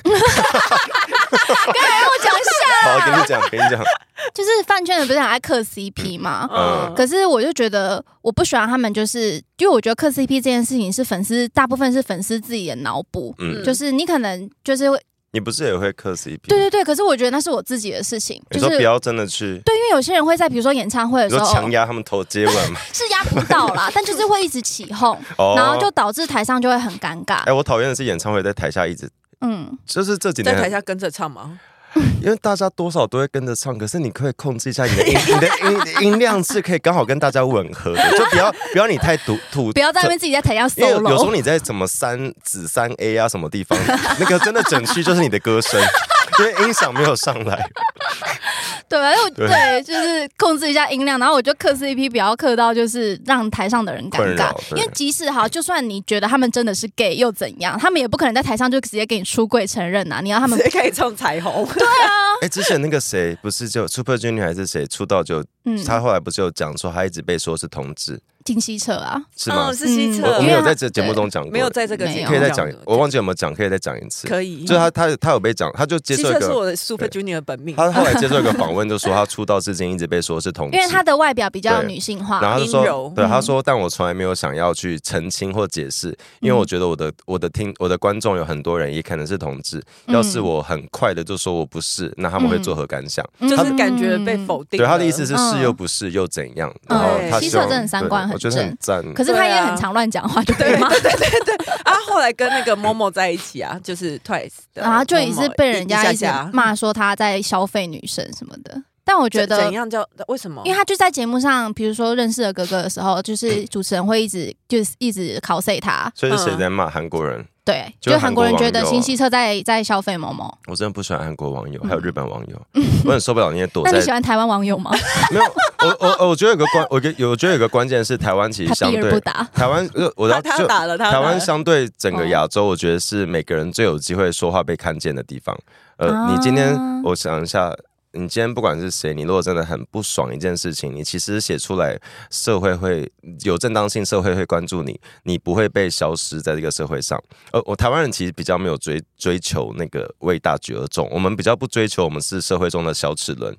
C: 让我讲一下，
B: 好，跟你讲，跟你讲，
C: 就是饭圈的不是很爱嗑 CP 吗？
B: 嗯
C: 可哎是我就觉得我不喜欢他们，就是因为我觉得嗑 CP 这件事情是粉丝大部分是粉丝自己的脑补，
B: 嗯，
C: 就是你可能就是会
B: 你不是也会磕 CP？
C: 对对对，可是我觉得那是我自己的事情，
B: 你
C: 就
B: 说
C: 是
B: 不要真的去，
C: 对，因为有些人会在比如说演唱会的
B: 你
C: 时
B: 说
C: 候
B: 强压他们头接吻嘛？
C: 是压不到 啦，但就是会一直起哄，
B: 哦
C: 然后就导致台上就会很尴尬
B: 哎，。我讨厌的是演唱会在台下一直，
C: 嗯，
B: 就是这几
A: 在台
B: 年，
A: 下跟着唱嘛，
B: 因为大家多少都会跟着唱，可是你可以控制一下你的音， 你的音音量是可以刚好跟大家吻合的，就不要不要你太突突
C: 不。要在那边自己在台上
B: 因为有有时候
C: solo。
B: 你在什么三子三 A 啊什么地方， 那个真的整区就是你的歌声， 因为音响没有上来。
C: 对，反正我
B: 对
C: 对就是控制一下音量，然后我就克 CP，不要克到就是让台上的人尴
B: 困
C: 尬
B: 扰。
C: 因
B: 对
C: 为即使好，就算你觉得他们真的是 gay 又怎样？他们也不可能在台上就直接给你出柜承认呐、啊你要他们
A: 谁可以唱彩虹？
B: 哎，之前那个谁不是就 Super Junior 还是谁出道就，
C: 嗯，
B: 他后来不是有讲说他一直被说是同志，
C: 金希澈啊，
B: 是吗
A: 嗯，？是西
C: 嗯
A: 侧
B: 我，我
C: 因
B: 没
C: 为
B: 有
C: 他
B: 在这节目中讲过，
A: 没有在这个
C: 没
A: 节
C: 有
A: 目
B: 可以再讲
A: 上，
B: 我忘记有没有讲，可以再讲一次。
A: 可以，
B: 就他他他有被讲，他就接
A: 西
B: 受一
A: 侧是
B: 个，
A: 我的 Super Junior 本命，
B: 他后来接受一个访问，就说他出道至今一直被说是同志
C: 因为，他的外表比较
B: 对
C: 女性
B: 然
C: 化。
B: 后他就
A: 阴
B: 说
A: 柔，
B: 对
C: 嗯
B: 他说，但我从来没有想要去澄清或解释，因
C: 嗯
B: 为我觉得我的我的听我的观众有很多人也可能是同志，
C: 嗯
B: 要是我很快的就说我不是，那他们会作何感想？
C: 嗯
A: 就是感觉被否定了。
B: 对他的意思是
C: 嗯
B: 是又不是又怎样，然
C: 嗯
B: 后他
A: 其
B: 希
A: 实
B: 望
C: 真的三观
B: 对
C: 很
B: 我觉得
C: 正
B: 很赞。
C: 嗯可是他也
A: 对啊
C: 很常乱讲话，就
A: 对
C: 对吗？
A: 啊，后来跟那个 Momo 在一起啊，就是 Twice 的 Momo，
C: 然后啊就也是被人
A: 一
C: 家
A: 下
C: 一直
A: 下
C: 骂说他在消费女生什么的。但我觉
A: 怎
C: 得
A: 怎，样叫为什么？
C: 因为他就在节目上，比如说认识了哥哥的时候，
B: 嗯
C: 就是主持人会一直就是一直 cos 他，
B: 所以是谁在骂韩国人？
C: 对，
B: 就
C: 就是韩国人觉得
B: 韩国网友啊
C: 新希澈在在消费某某。
B: 我真的不喜欢韩国网友，
C: 嗯
B: 还有日本网 友，我很受不了那些躲
C: 那
B: 在
C: 你喜欢台湾网 友吗？
B: 没有，我我我觉得有个关，我觉得我觉得有个关键是台湾其
C: 他
B: 实相
C: 避而不
B: 对
C: 答。
B: 台湾，呃我要
A: 他他
B: 就
A: 打了他
B: 台湾
A: 打了哦
B: 相对整个亚洲，我觉得是每个人最有机会说话被看见的地方。呃，
C: 啊
B: 你今天我想一下。你今天不管是谁，你如果真的很不爽一件事情，你其实写出来，社会会有正当性，社会会关注你，你不会被消失在这个社会上。呃，我台湾人其实比较没有追追求那个为大局而重，我们比较不追求我们是社会中的小齿轮。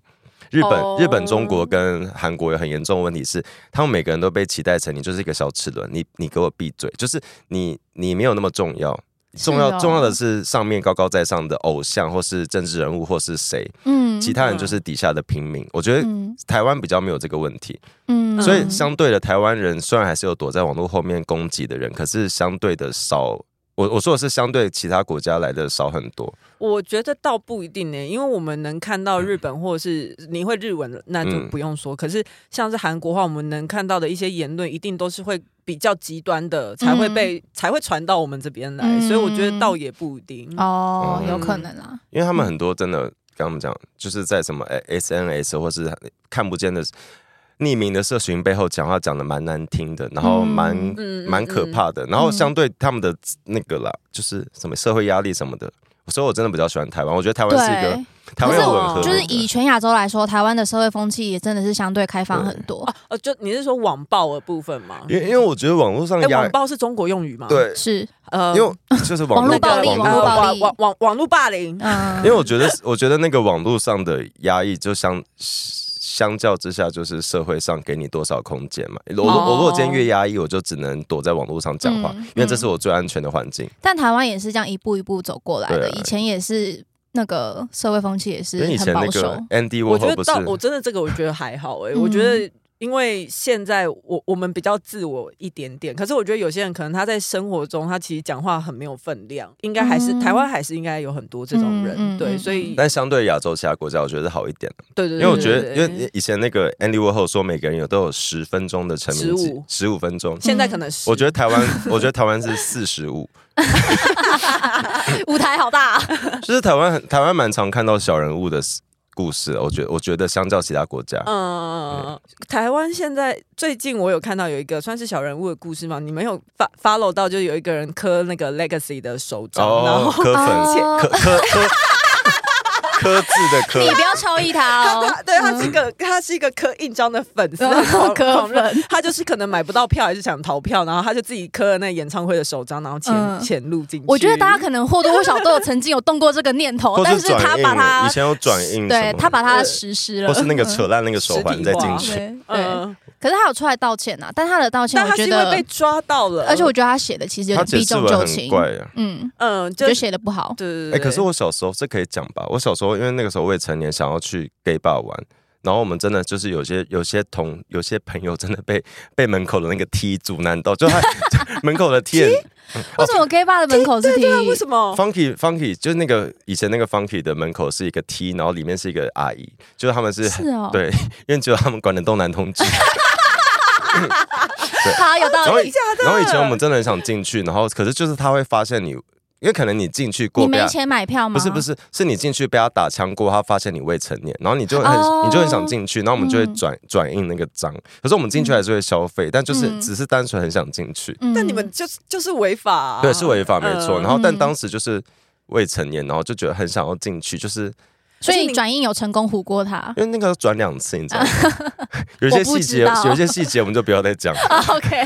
B: 日本、
A: 哦
B: 日本、中国跟韩国有很严重的问题是，他们每个人都被期待成你就是一个小齿轮，你你给我闭嘴，就是你你没有那么重要。重要、
C: 是哦
B: 重要的是上面高高在上的偶像，或是政治人物，或是谁，
C: 嗯
B: 其他人就是底下的平民。我觉得
C: 嗯
B: 台湾比较没有这个问题，
C: 嗯
B: 所以相对的，台湾人虽然还是有躲在网络后面攻击的人，可是相对的少。我我说的是相对其他国家来的少很多，
A: 我觉得倒不一定呢、因为我们能看
B: 嗯
A: 到日本或者是你会日文了，那就不用说。可是像是韩国话，我们能看到的一些言论，一定都是会比较极端的，才
B: 嗯
A: 会被、才会传到我们这边来。
C: 嗯
A: 所以我觉得倒也不一定。
C: 哦，
B: 嗯
C: 有可能啦。
B: 因为他们很多真的，刚刚我们讲，就是在什么哎 SNS 或是呃看不见的匿名的社群背后讲话讲的蛮难听的，然后蛮
A: 嗯
B: 蛮可。
A: 嗯嗯
B: 怕的，然后相对他们的那个啦，就是什么社会压力什么的，所以我真的比较喜欢台湾，我觉得台湾是一个
C: 对，
B: 台湾
C: 可是
B: 有
A: 我
B: 吻合的那个，
C: 就是以全亚洲来说，台湾的社会风气也真的是相对开放很多。
A: 哦、就你是说网暴的部分吗？
B: 因为因为我觉得网络上
A: 哎、
B: 压
A: 网暴是中国用语吗？，
B: 对，
C: 是，
A: 呃啊
B: 因 为就是网
C: 网
B: 络
C: 络暴力
B: 网
C: 网络
B: 络
C: 暴
A: 网
C: 力
A: 网网网络霸凌。
C: 嗯
B: 因为我觉得，我觉得那个网络上的压抑，就相相较之下，就是社会上给你多少空间嘛。我如
C: 哦
B: 我如果今天越压抑，我就只能躲在网络上讲话，
C: 嗯
B: 因为这是我最安全的环境。
C: 但台湾也是这样一步一步走过来的，
B: 对啊
C: 以前也是那个社会风气也
B: 因为
C: 是
B: 以前
C: 很保
B: 那
C: 守
B: 个。Andy
A: 我觉
B: Warhol
A: 得
B: 不是
A: 倒，我真的这个我觉得还好哎、
C: 嗯
A: 我觉得因为现在我我们比较自我一点点，可是我觉得有些人可能他在生活中他其实讲话很没有分量，应该还是、
C: 嗯
A: 台湾还是应该有很多这种人，
C: 嗯嗯
A: 对，
C: 嗯
A: 所以
B: 但相对亚洲其他国家，我觉得是好一点的，
A: 对对对，
B: 因为我觉
A: 对
B: 得，因
A: 对
B: 为以前那个 Andy Warhol 说，每个人有都有十分钟的成名记
A: 15，
B: 十五分钟。
A: 现在可能是
B: 我觉得台 湾，我觉得台湾是四十五，
C: 舞台好大、啊
B: 就是台湾很台湾蛮常看到小人物的故事。我觉得，我觉得相较其他国家，
A: 嗯，台湾现在最近我有看到有一个算是小人物的故事嘛，你们有 fo- follow 到，就有一个人磕那个 Legacy 的手掌，然
B: 哦，
A: 后
B: 柯粉，
A: 且
B: 柯柯柯柯字的柯
C: 你，不要超意他
A: 他
C: 哦。
A: 他对他是一个、他是一个磕印章的粉丝，
C: 嗯
A: 狂
C: 磕
A: 狂热
C: 粉
A: 他就是可能买不到票，还是想逃票，然后他就自己磕了那演唱会的手章，然后潜
C: 嗯
A: 潜、入进去。
C: 我觉得大家可能或多或少都有曾经有动过这个念头，
B: 或
C: 但
B: 是
C: 是他
B: 转印
C: 把
B: 欸，
C: 它
B: 以，前有转印，
C: 对他把嗯它
A: 对
C: 实施了，
B: 或是那个扯烂那个手环再进
C: 嗯
B: 去，
C: 对对。
A: 嗯，
C: 可是他有出来道歉呐，啊但他的道歉
A: 但
C: 我
A: 他是
C: 觉
A: 因为被
C: 得，
A: 抓到了，
C: 而且我觉得他写的其实有
B: 他
C: 点
B: 解
C: 避
B: 释
C: 重
B: 文
C: 就
B: 很
C: 轻，
B: 怪啊。
C: 嗯，
A: 嗯，就
C: 觉
A: 对
C: 得写的不好。
A: 对对
B: 哎、可是我小时候这可以讲吧？我小时候因为那个时候未成年，想要去 gay bar 玩，然后我们真的就是有些有些同有些朋友真的被被门口的那个梯阻拦到，就他就门口的梯人
C: 为什么 gay bar 的门口是 T？
A: 对啊为什么？
B: funky funky 就是那个以前那个 funky 的门口是一个梯，然后里面是一个阿姨，就是他们是
C: 是哦，
B: 对，因为只有他们管得动男同志。
C: 好有
B: 然
C: 道
B: 后
C: 理。
B: 然后以前我们真的很想进去，然后可是就是他会发现你，因为可能你进去过
C: 你
B: 被
C: 没
B: 他
C: 钱买票吗？
B: 不是不，是，是你进去被他打枪过，他发现你未成年，然后你就很、
C: 哦
B: 你就很想进去，然后我们就会
C: 嗯
B: 转、转印那个章。可是我们进去还是会消费，但就是、
C: 嗯
B: 只是单纯很想进去，
C: 嗯
A: 但你们就是就是违法
C: 哦
A: 啊、
B: 对，是违法没错。
A: 嗯
B: 然后但
C: 嗯
B: 当时就是未成年，然后就觉得很想要进去，就是
C: 所
A: 而且
C: 以
A: 你
C: 转印有成功唬过他
B: 因为那个要转两次，你知道 吗？有一些
C: 我不
B: 细节
C: 知道，
B: 有一些细节我们就不要再讲。
C: 啊？OK，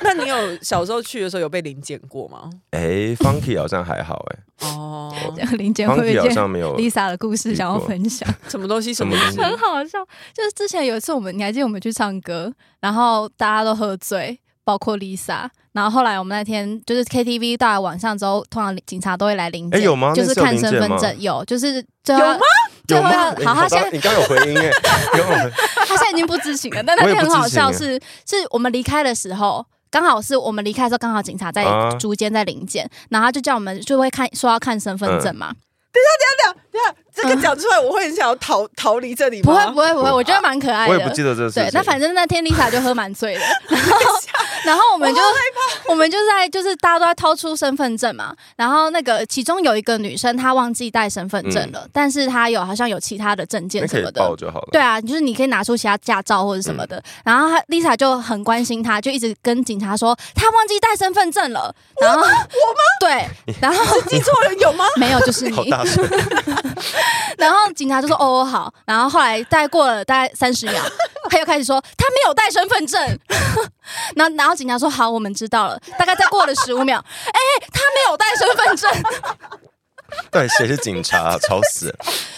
A: 那你有小时候去的时候有被临检过吗？
B: 哎，Funky 好像还好，哎
A: 哦，
C: 林姐会 有一
B: ，Funky 好
C: 件
B: 像没有
C: Lisa 的故事想要
B: 遇过
C: 分享。
A: 什么东西？什
B: 什
A: 么
B: 么
A: 东
B: 东
A: 西
B: 西？
C: 很好笑。就是之前有一次，我们你还记得我们去唱歌，然后大家都喝醉，包括 Lisa。然后后来我们那天就是 KTV 到了晚上之后，通常警察都会来临检，
B: 哎有吗
C: 就
B: 那
C: 是
B: 次有
C: 看
B: 临
C: 身
B: 检
C: 份
B: 吗
C: 证，有，就是啊最后
A: 有吗？
C: 最
B: 有
C: 后
B: 吗？
C: 要
B: 哎
C: 好，他
B: 刚
C: 现在
B: 你刚有回音 哎，你刚有回
C: 他现在已经不知 情了，但那
B: 我也
C: 天
B: 不
C: 很好
B: 知情
C: 笑
B: 了
C: 是，是我们离开的时候。刚好是我们离开的时候，刚好警察在
B: 啊
C: 逐间在临检，然后他就叫我们就会看说要看身
B: 嗯
C: 份证嘛，
A: 啊这个讲出来，我会很想要逃逃离这里吗？
C: 嗯不会不会不会，
B: 我
C: 我觉得蛮可爱的。
B: 我也不记得这个事情。
C: 哎对，那反正那天 Lisa 就喝蛮 醉的，然后然后我们就我们就在就是大家都在掏出身份证嘛，然后那个其中有一个女生她忘记带身份证了，但是她有好像有其他的证
B: 嗯
C: 件
B: 那可
C: 什
B: 以
C: 么
B: 报嗯
C: 的。
B: 就好了。
C: 对啊，就是你可以拿出其他驾照或者什么的，然后她 Lisa 就很关心她，就一直跟警察说她忘记带身份证了。然后我吗？对，然 后
A: 记错人有吗？
C: 没有就是你，
B: 好大声！
C: 然后 警察就说：“哦，好。”然后后来大概过了大概三十秒，他又开始说：“他没有带身份证。” 然后然后警察说：“好，我们知道了。”大概再过了十五秒， 哎、他没有带身份证。
B: 对，谁是警察、啊？吵死了！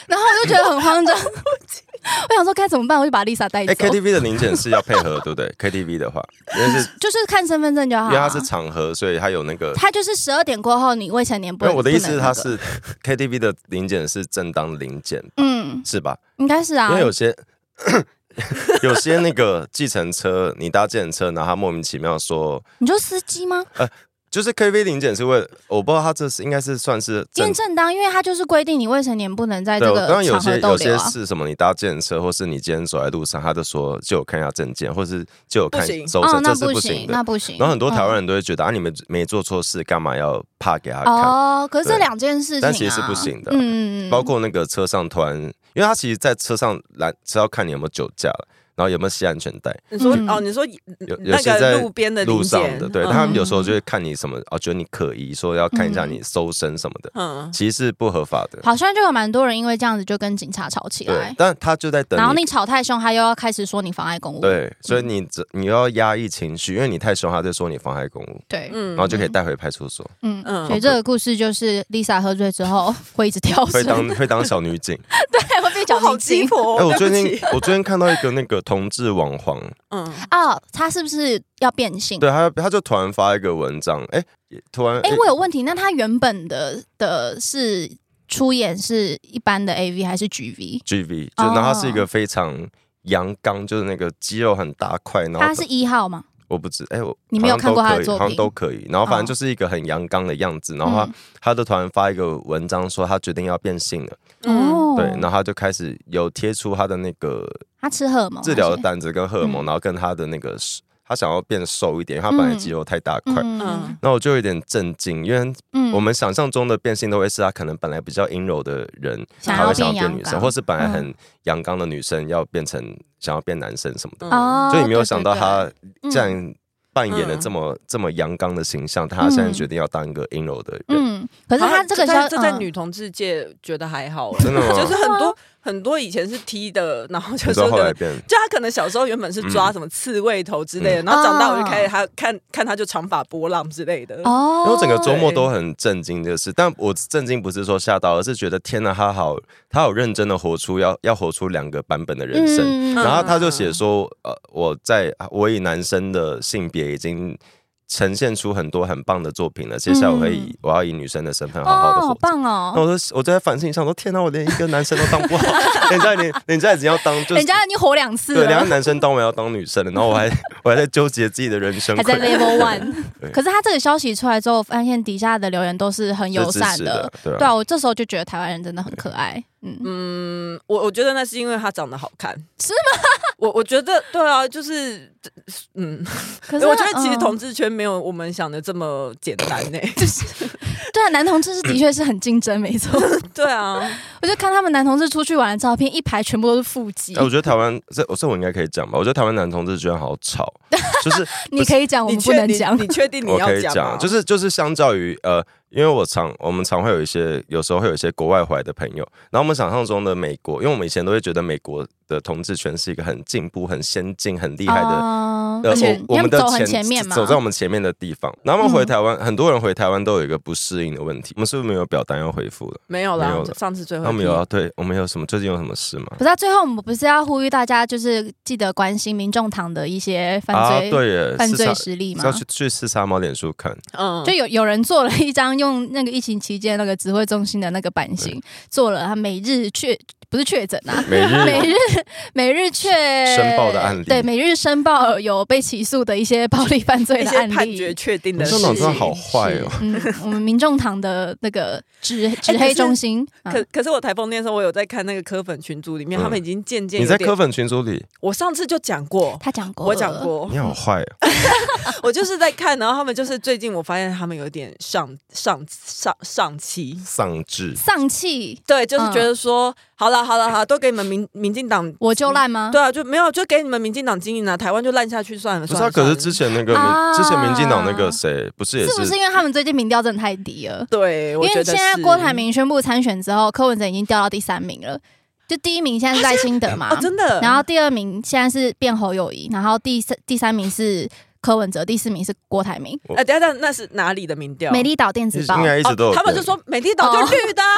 C: 然后我就觉得很慌 张，我想说该怎么办，我就把 Lisa 带
B: 哎、
C: 走，
B: k t v 的临检是要配合，对不对？KTV 的话，因为是
C: 就是看身份证就好、啊
B: 因为它是场合，所以它有那个。
C: 他就是十二点过后，你未成年不
B: 没
C: 能。
B: 有，我的意思是，它
C: 不能
B: 是 KTV 的临检是正当临检，
C: 那个嗯，
B: 是吧？
C: 应该是啊
B: 因为，有些 有些那个计程车，你搭计程车，然后他莫名其妙说，
C: 你说司机吗？
B: 就是 KTV 临检是为了，我不知道他这是应该是算是
C: 因
B: 正
C: 为。正当，因为他就是规定你未成年不能在
B: 对，
C: 这
B: 我
C: 个
B: 当然有
C: 场
B: 些
C: 合
B: 有
C: 逗
B: 些
C: 留啊。
B: 是什么，你搭计程车，或是你今天走在路上，他就说借我看一下证件，或是借我看
A: 不行
B: 手
C: 哦，
B: 证，
C: 那
B: 这是不行
C: 行，
B: 的
C: 那。不行。
B: 然后很多台湾
C: 嗯
B: 人都会觉得、啊，你们没做错事，干嘛要怕给他看？
C: 哦，可是这
B: 对
C: 两件事情、啊，
B: 但其实是不行的
C: 嗯嗯嗯
B: 包括那个车上突然，因为他其实，在车上拦是要看你有没有酒驾，然后有没有系安全带，
A: 你说
C: 嗯
A: 哦，你说
B: 有有
A: 那
B: 些
A: 个
B: 在
A: 路边的
B: 路
A: 临
B: 上
A: 检
B: 的，对，
A: 嗯
B: 但他们有时候就会看你什么，哦，觉得你可疑，说要看一下你搜身什么的，
A: 嗯，
B: 其实是不合法的。
C: 好像就有蛮多人因为这样子就跟警察吵起
B: 对
C: 来，，
B: 但他就在等
C: 然后
B: 你。
C: 你吵太凶，他又要开始说你妨碍公
A: 嗯
C: 务。
B: 对，所以你只你要压抑情绪，因为你太凶，他就说你妨害公务，
C: 对，
A: 嗯
B: 然后就可以带回派出 所，
C: 嗯
A: 嗯
C: 嗯，所以这个故事就是 Lisa 喝醉之后 会一直跳
B: 会
C: 绳，
B: 当会当小女警。
C: 对，会被
A: 我
C: 讲
A: 好鸡婆、
B: 哎、
A: 哦对
B: 我最
A: 不
B: 近
A: 起
B: 我最近看到一个那个同志网黄，
A: 嗯，
C: 哦，他是不是要变性？
B: 对他他就突然发一个文章，哎、也突然
C: 哎、
B: 哎
C: 我有问题，那他原本的的是出演是一般的 AV 还是 GV？
B: GV，
C: 哦
B: 就然后他是一个非常阳刚，就是那个肌肉很大块，然后
C: 他是一号吗？
B: 我不知哎、我
C: 你没有
B: 好像
C: 看过
B: 都
C: 他的
B: 可以
C: 作
B: 好像
C: 品
B: 都可以。然后反正
C: 哦嗯
B: 就是一个很阳刚的样子，然后他、他就突然发一个文章说他决定要变性了，
A: 嗯，
C: 哦，
B: 对，然后他就开始有贴出他的那个
C: 他吃荷尔蒙
B: 治疗
C: 还
B: 的
C: 是
B: 单子跟荷尔蒙，
C: 哦嗯
B: 然后跟他的那个他想要变瘦一点，因为他本来
C: 嗯
B: 肌肉太大块。
C: 嗯
A: 嗯
B: 那我就有点震惊，因为
C: 嗯
B: 我们想象中的变性都会是他可能本来比较阴柔的人，
C: 想
B: 他
C: 要
B: 会想要
C: 变
B: 变
C: 阳
B: 女
C: 刚嗯
B: 生，或是本来很阳刚的女生要变成想要变男生什么的，
C: 哦，
B: 所以你没有
C: 对
B: 想到他
C: 对
A: 嗯
C: 嗯
B: 这
C: 对
B: 样扮演了这么这么阳刚的形象，但他现在
C: 嗯
B: 决定要当一个阴柔的人，
C: 嗯，嗯可是他这个
A: 好
C: 时
A: 像
C: 候
A: 在这在
C: 嗯
A: 女同志界觉得还好，欸
B: 真的吗
A: 就是很多很多以前是 T 的，然后就
B: 你
A: 是
B: 说后
A: 可
B: 来嗯
A: 能
B: 变
A: 就他可能小时候原本是抓什么刺猬头之
B: 嗯
A: 类的，然后长大我就开始他看看他就长发波浪之类的。
C: 啊哦，
B: 因为我整个周末都很震惊这个事，但我震惊不是说吓到，而是觉得天哪，他好，他好认真的活出要要活出两个版本的人生。
C: 嗯
B: 然后他就写说，呃，我在我以男生的性别已经呈现出很多很棒的作品了，接下来我会以、我要以女生的身份好好的
C: 嗯哦，
B: 活
C: 好
B: 着。
C: 棒
B: 那
C: 哦，
B: 我说，我就在反省上说，天哪，我连一个男生都当不 好，人家连人家已经要当就是
C: 人家已经活两次
B: 对，两个
C: 了，
B: 男生当我要当女生了，然后我还 我还在纠结自己的人生
C: 还
B: 困
C: 在
B: 难，
C: level one
B: 对。
C: 可是他这个消息出来之后，发现底下的留言都是很友
B: 是支
C: 善
B: 持
C: 的
B: 的，，对
C: 对
B: 啊，
C: 啊，我这时候就觉得台湾人真的很可爱，嗯，
A: 嗯，我我觉得那是因为他长得好看，
C: 是
A: 吗？ 我我觉得对啊，就是嗯，
C: 可是
A: 我觉得其实
C: 嗯
A: 同志圈没有我们想的这么简单欸呢、
C: 对啊，男同志是的确是很竞争，没错。
A: 对 啊，
C: 我就看他们男同志出去玩的照片，一排全部都是腹肌
B: 哎，。我觉得台湾这这我应该可以讲吧？我觉得台湾男同志居然好 吵，就是
C: 你可以讲，我
A: 你
C: 们不
A: 确
C: 能
A: 你
C: 讲啊
A: 你。确定你
B: 我
A: 要
B: 可以
A: 讲啊吗？
B: 讲，就是就是相较于呃，因为我常我们常会有一些有时候会有一些国外回来的朋友，然后我们想象中的美国，因为我们以前都会觉得美国的同志圈是一个很进步、很先进、很厉害的
C: 哦
B: 呃
C: 而且
B: 我我
C: 要
B: 们的
C: 走很
B: 前
C: 前面嘛，
B: 走在我们前面的地方。然后他们回
C: 嗯
B: 台湾，很多人回台湾都有一个不适应的问题。我们是不是没有表单要回复了？
A: 没有
B: 没
A: 啦
B: 有了，
A: 上次最后
B: 那我们
A: 一
B: 有
C: 嗯
A: 题
B: 啊？对，我们有什么最近有什么事吗？
C: 不是、啊，最后我们不是要呼吁大家，就是记得关心民众党的一些犯罪、
B: 啊对耶，
C: 犯罪
B: 刺杀
C: 实例
B: 要
C: 嘛
B: 去。去四沙猫脸书 看，
A: 嗯，
C: 就有有人做了一张用那个疫情期间那个指挥中心的那个版型，做了他每日确不是确诊 啊，
B: 每
C: 每
B: 日
C: 日每日确
B: 申报的案例
C: 对每日申报有被起诉的一些暴力犯 罪
A: 一
C: 的
A: 些
C: 案
A: 判
C: 例，
A: 决确定的
B: 民
A: 事
B: 众党真的
A: 情。
B: 好坏哦。
C: 嗯，我们民众堂的那个指指黑中心，
A: 哎
C: 啊
A: 可可是我台风天的时候，我有在看那个科粉群组里面，
B: 嗯
A: 他们已经渐渐
B: 你
A: 有
B: 在
A: 点
B: 科粉群组里，
A: 我上次就讲过，
C: 他讲过，
A: 我讲， 过，
B: 你好坏哦，
A: 我就是在看，然后他们就是最近我发现他们有点上上上上气。
B: 丧志。
C: 丧气，
A: 对，就是
C: 嗯
A: 觉得说，好了好了好啦，都给你们民民进党，
C: 我就烂吗？
A: 对啊，就没有就给你们民进党经营啊，台湾就烂下去算了。
B: 不是
A: 算
B: 啊，
A: 了
B: 可
A: 算
B: 是
A: 了
B: 之前那个民
C: 啊
B: 之前民进党那个谁，不是也
C: 是不是
B: 是？
C: 因为他们最近民调真的太低了？
A: 对，我
C: 因
A: 觉
C: 为
A: 得
C: 现在
A: 是
C: 郭台铭宣布参选之后，柯文哲已经掉到第三名了，就第一名现在是赖清德嘛
A: 哦，，真的，
C: 然后第二名现在是变侯友谊，然后第三第三名是柯文哲，第四名是郭台铭。
A: 哎，等一下，那那是哪里的民调？
C: 美丽岛电子报
B: 应该哦一直都有
A: 哦
B: 变。
A: 他们就说美丽岛就绿的啊，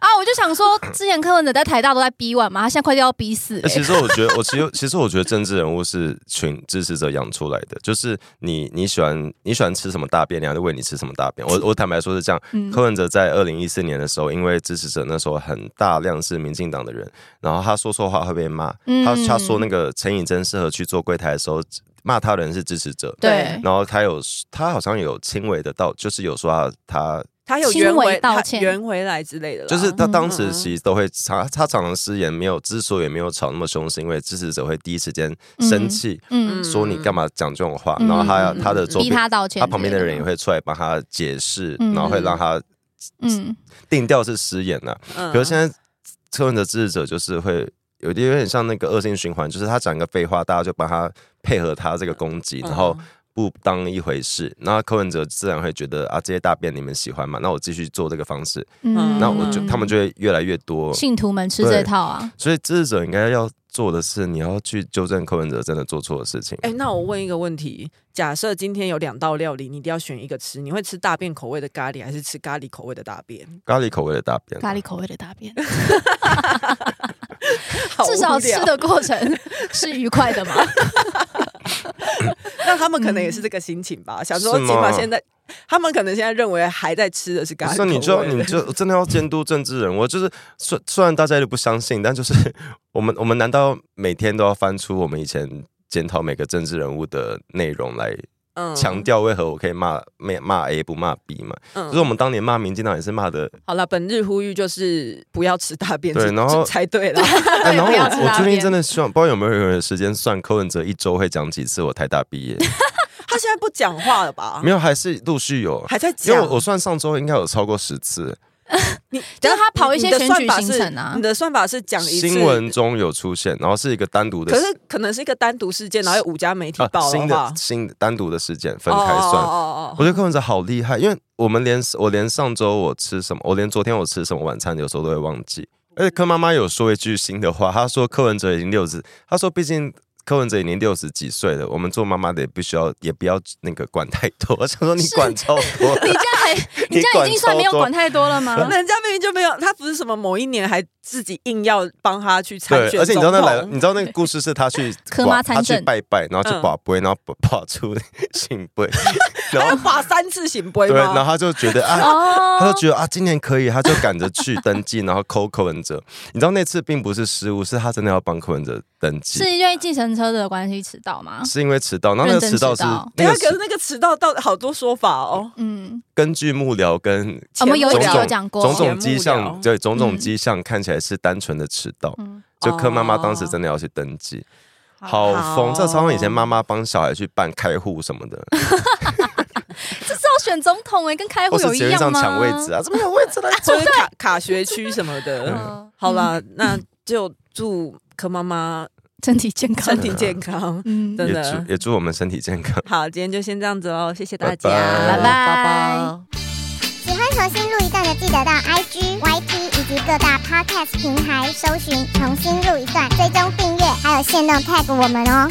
C: 啊，我就想说，之前柯文哲在台大都在 B one 嘛，他现在快掉到 B 四、
B: 欸、其
C: 欸，
B: 实我觉得，我其实其实我觉得政治人物是群支持者养出来的，就是你你喜欢你喜欢吃什么大便，人家就喂你吃什么大便。我我坦白说是这样。
C: 嗯
B: 柯文哲在二零一四年的时候，因为支持者那时候很大量是民进党的人，然后他说错话会被骂。
C: 嗯
B: 他他说那个陈以真适合去做柜台的时候，骂他的人是支持者。
C: 对
B: 然后他有他好像有轻微的到，就是有说他他
A: 他有
C: 轻
A: 圆
C: 微
A: 回
C: 道
A: 他
C: 歉
A: 圆回来之类的啦，
B: 就是他当
A: 嗯
B: 时
A: 嗯
B: 其实都会他他常常失言，没有之所以没有吵那么凶，是因为支持者会第一时间生气，
C: 嗯，
B: 说你干嘛讲这种话，
C: 嗯
B: 然后他
A: 嗯嗯
B: 他的周
C: 逼
B: 边
C: 他道歉，
B: 他旁边的人也，会出来帮他解释，
C: 嗯
B: 然后会让他
C: 嗯，
B: 定调是失言了。
A: 嗯
B: 可是现在车文的支持者就是会。有点有点像那个恶性循环，就是他讲一个废话，大家就帮他配合他这个攻击，然后
A: 嗯
B: 不当一回事。那柯文哲自然会觉得啊，这些大便你们喜欢嘛，那我继续做这个方式，
A: 嗯
B: 那我就他们
C: 就
B: 就会越来越多
C: 信徒们吃这套啊，
B: 所以支持者应该要做的是，你要去纠正柯文哲真的做错的事情。
A: 哎、那我问一个问题：假设今天有两道料理，你一定要选一个吃，你会吃大便口味的咖喱，还是吃咖喱口味的大便？
B: 咖喱口味的大便，
C: 咖喱口味的大便，
A: 好
C: 至少
A: 无
C: 吃
A: 聊
C: 的过程 是愉快的嘛。
A: 那他们可能也是这个心情吧，想说
B: 是
A: 起码
B: 吗
A: 现在他们可能现在认为还在吃的是咖喱
B: 那
A: 口味。
B: 你就 你就真的要监督政治人物，就是虽虽然大家都不相信，但就是我们我们难道每天都要翻出我们以前检讨每个政治人物的内容来
A: 嗯
B: 强调为何我可以骂骂骂 A 不骂 B 嘛？
A: 嗯
B: 就是我们当年骂民进党也是 骂的，
A: 好了，本日呼吁就是不要吃大便，
B: 对
A: 是
B: 然后
A: 是才对 啦。
B: 哎，然后
C: 不要吃
B: 我我
C: 拉
B: 最近
C: 面
B: 真的希望，不知道有没有人有时间算柯文哲一周会讲几次我台大毕 业，
A: 他现在不讲话了吧？
B: 没有，还是陆续有。
A: 还在
B: 因为
A: 讲
B: 我。我算上周应该有超过十次，
A: 你
C: 就是他跑一些
A: 你的
C: 选
A: 算
C: 举
A: 法是
C: 行程啊
A: 你的算法是讲一次
B: 新闻，中有出现，然后是一个单独的
A: 可是可能是一个单独事件，然后有五家媒体
B: 啊
A: 报
B: 新
A: 的话
B: 的，新的单独的事件分
A: 哦
B: 开算。
A: 哦哦
B: 我觉得柯文哲好厉害，因为我们连我连上周我吃什么，我连昨天我吃什么晚餐，有时候都会忘记。而且柯妈妈有说一句新的话，她说柯文哲已经六十，她说毕竟柯文哲已经六十几岁了，我们做妈妈的也必须要也不要那个管太多。我想说你管超多，
C: 你这样还你这样已经算没有管太多了吗？
A: 哦，人家明明就没有，他不是什么某一年还自己硬要帮他去参
B: 对，
A: 选，
B: 而且你知道那来，嗯你知道那个故事是他 去
C: 柯嗯妈
B: 他
C: 参
B: 去
C: 政
B: 拜拜，然后去
A: 嗯
B: 把杯，然后把出醒杯，
C: 嗯
B: 然
A: 要
B: 后
A: 划三次 醒杯
B: 对，然后
A: 吗？
B: 他就觉得啊，
C: 哎哦，
B: 他就觉得啊，今年可以，他就赶着去登记，然后扣柯文哲。你知道那次并不是失误，是他真的要帮柯文哲登记，
C: 是因为计程车的关系迟到吗？
B: 是因为迟到。然后那个
C: 认真
B: 迟到是
C: 迟到
A: 等
B: 那
A: 一
B: 个
A: 啊下，可是
B: 是
A: 那个迟到到好多说法哦。
C: 嗯，
B: 根据幕僚跟
C: 我们有
B: 种
C: 一集
B: 种
C: 有讲过，
B: 种种
A: 前幕
B: 迹象，
A: 僚
B: 对种种
C: 嗯
B: 迹象看起来是单纯的迟到。
C: 嗯，
B: 就柯妈妈
A: 哦
B: 当时真的要去登记，
A: 好
B: 好疯！这超像以前妈妈帮小孩去办开户什么的，
C: 这是要选总统哎，跟开
B: 或
C: 户
B: 是
C: 有一
B: 捷运
C: 样
B: 上
C: 吗？
B: 抢位置啊，怎么有位置来
A: 所以卡卡学区什么的。
C: 嗯，
A: 好啦，那就祝柯妈妈
C: 身体健康
A: 身，体健康。
C: 嗯，
A: 真
B: 也
A: 的
B: 祝也祝我们身体健康。
A: 好，今天就先这样子哦，谢谢大
B: 拜
A: 家，
B: 拜
C: 拜
A: 拜
C: 拜。
D: 喜欢重新录一段的，记得到 IG、YT 以及各大 Podcast 平台搜寻“重新录一段”，追踪订阅，还有限定 tag 我们哦。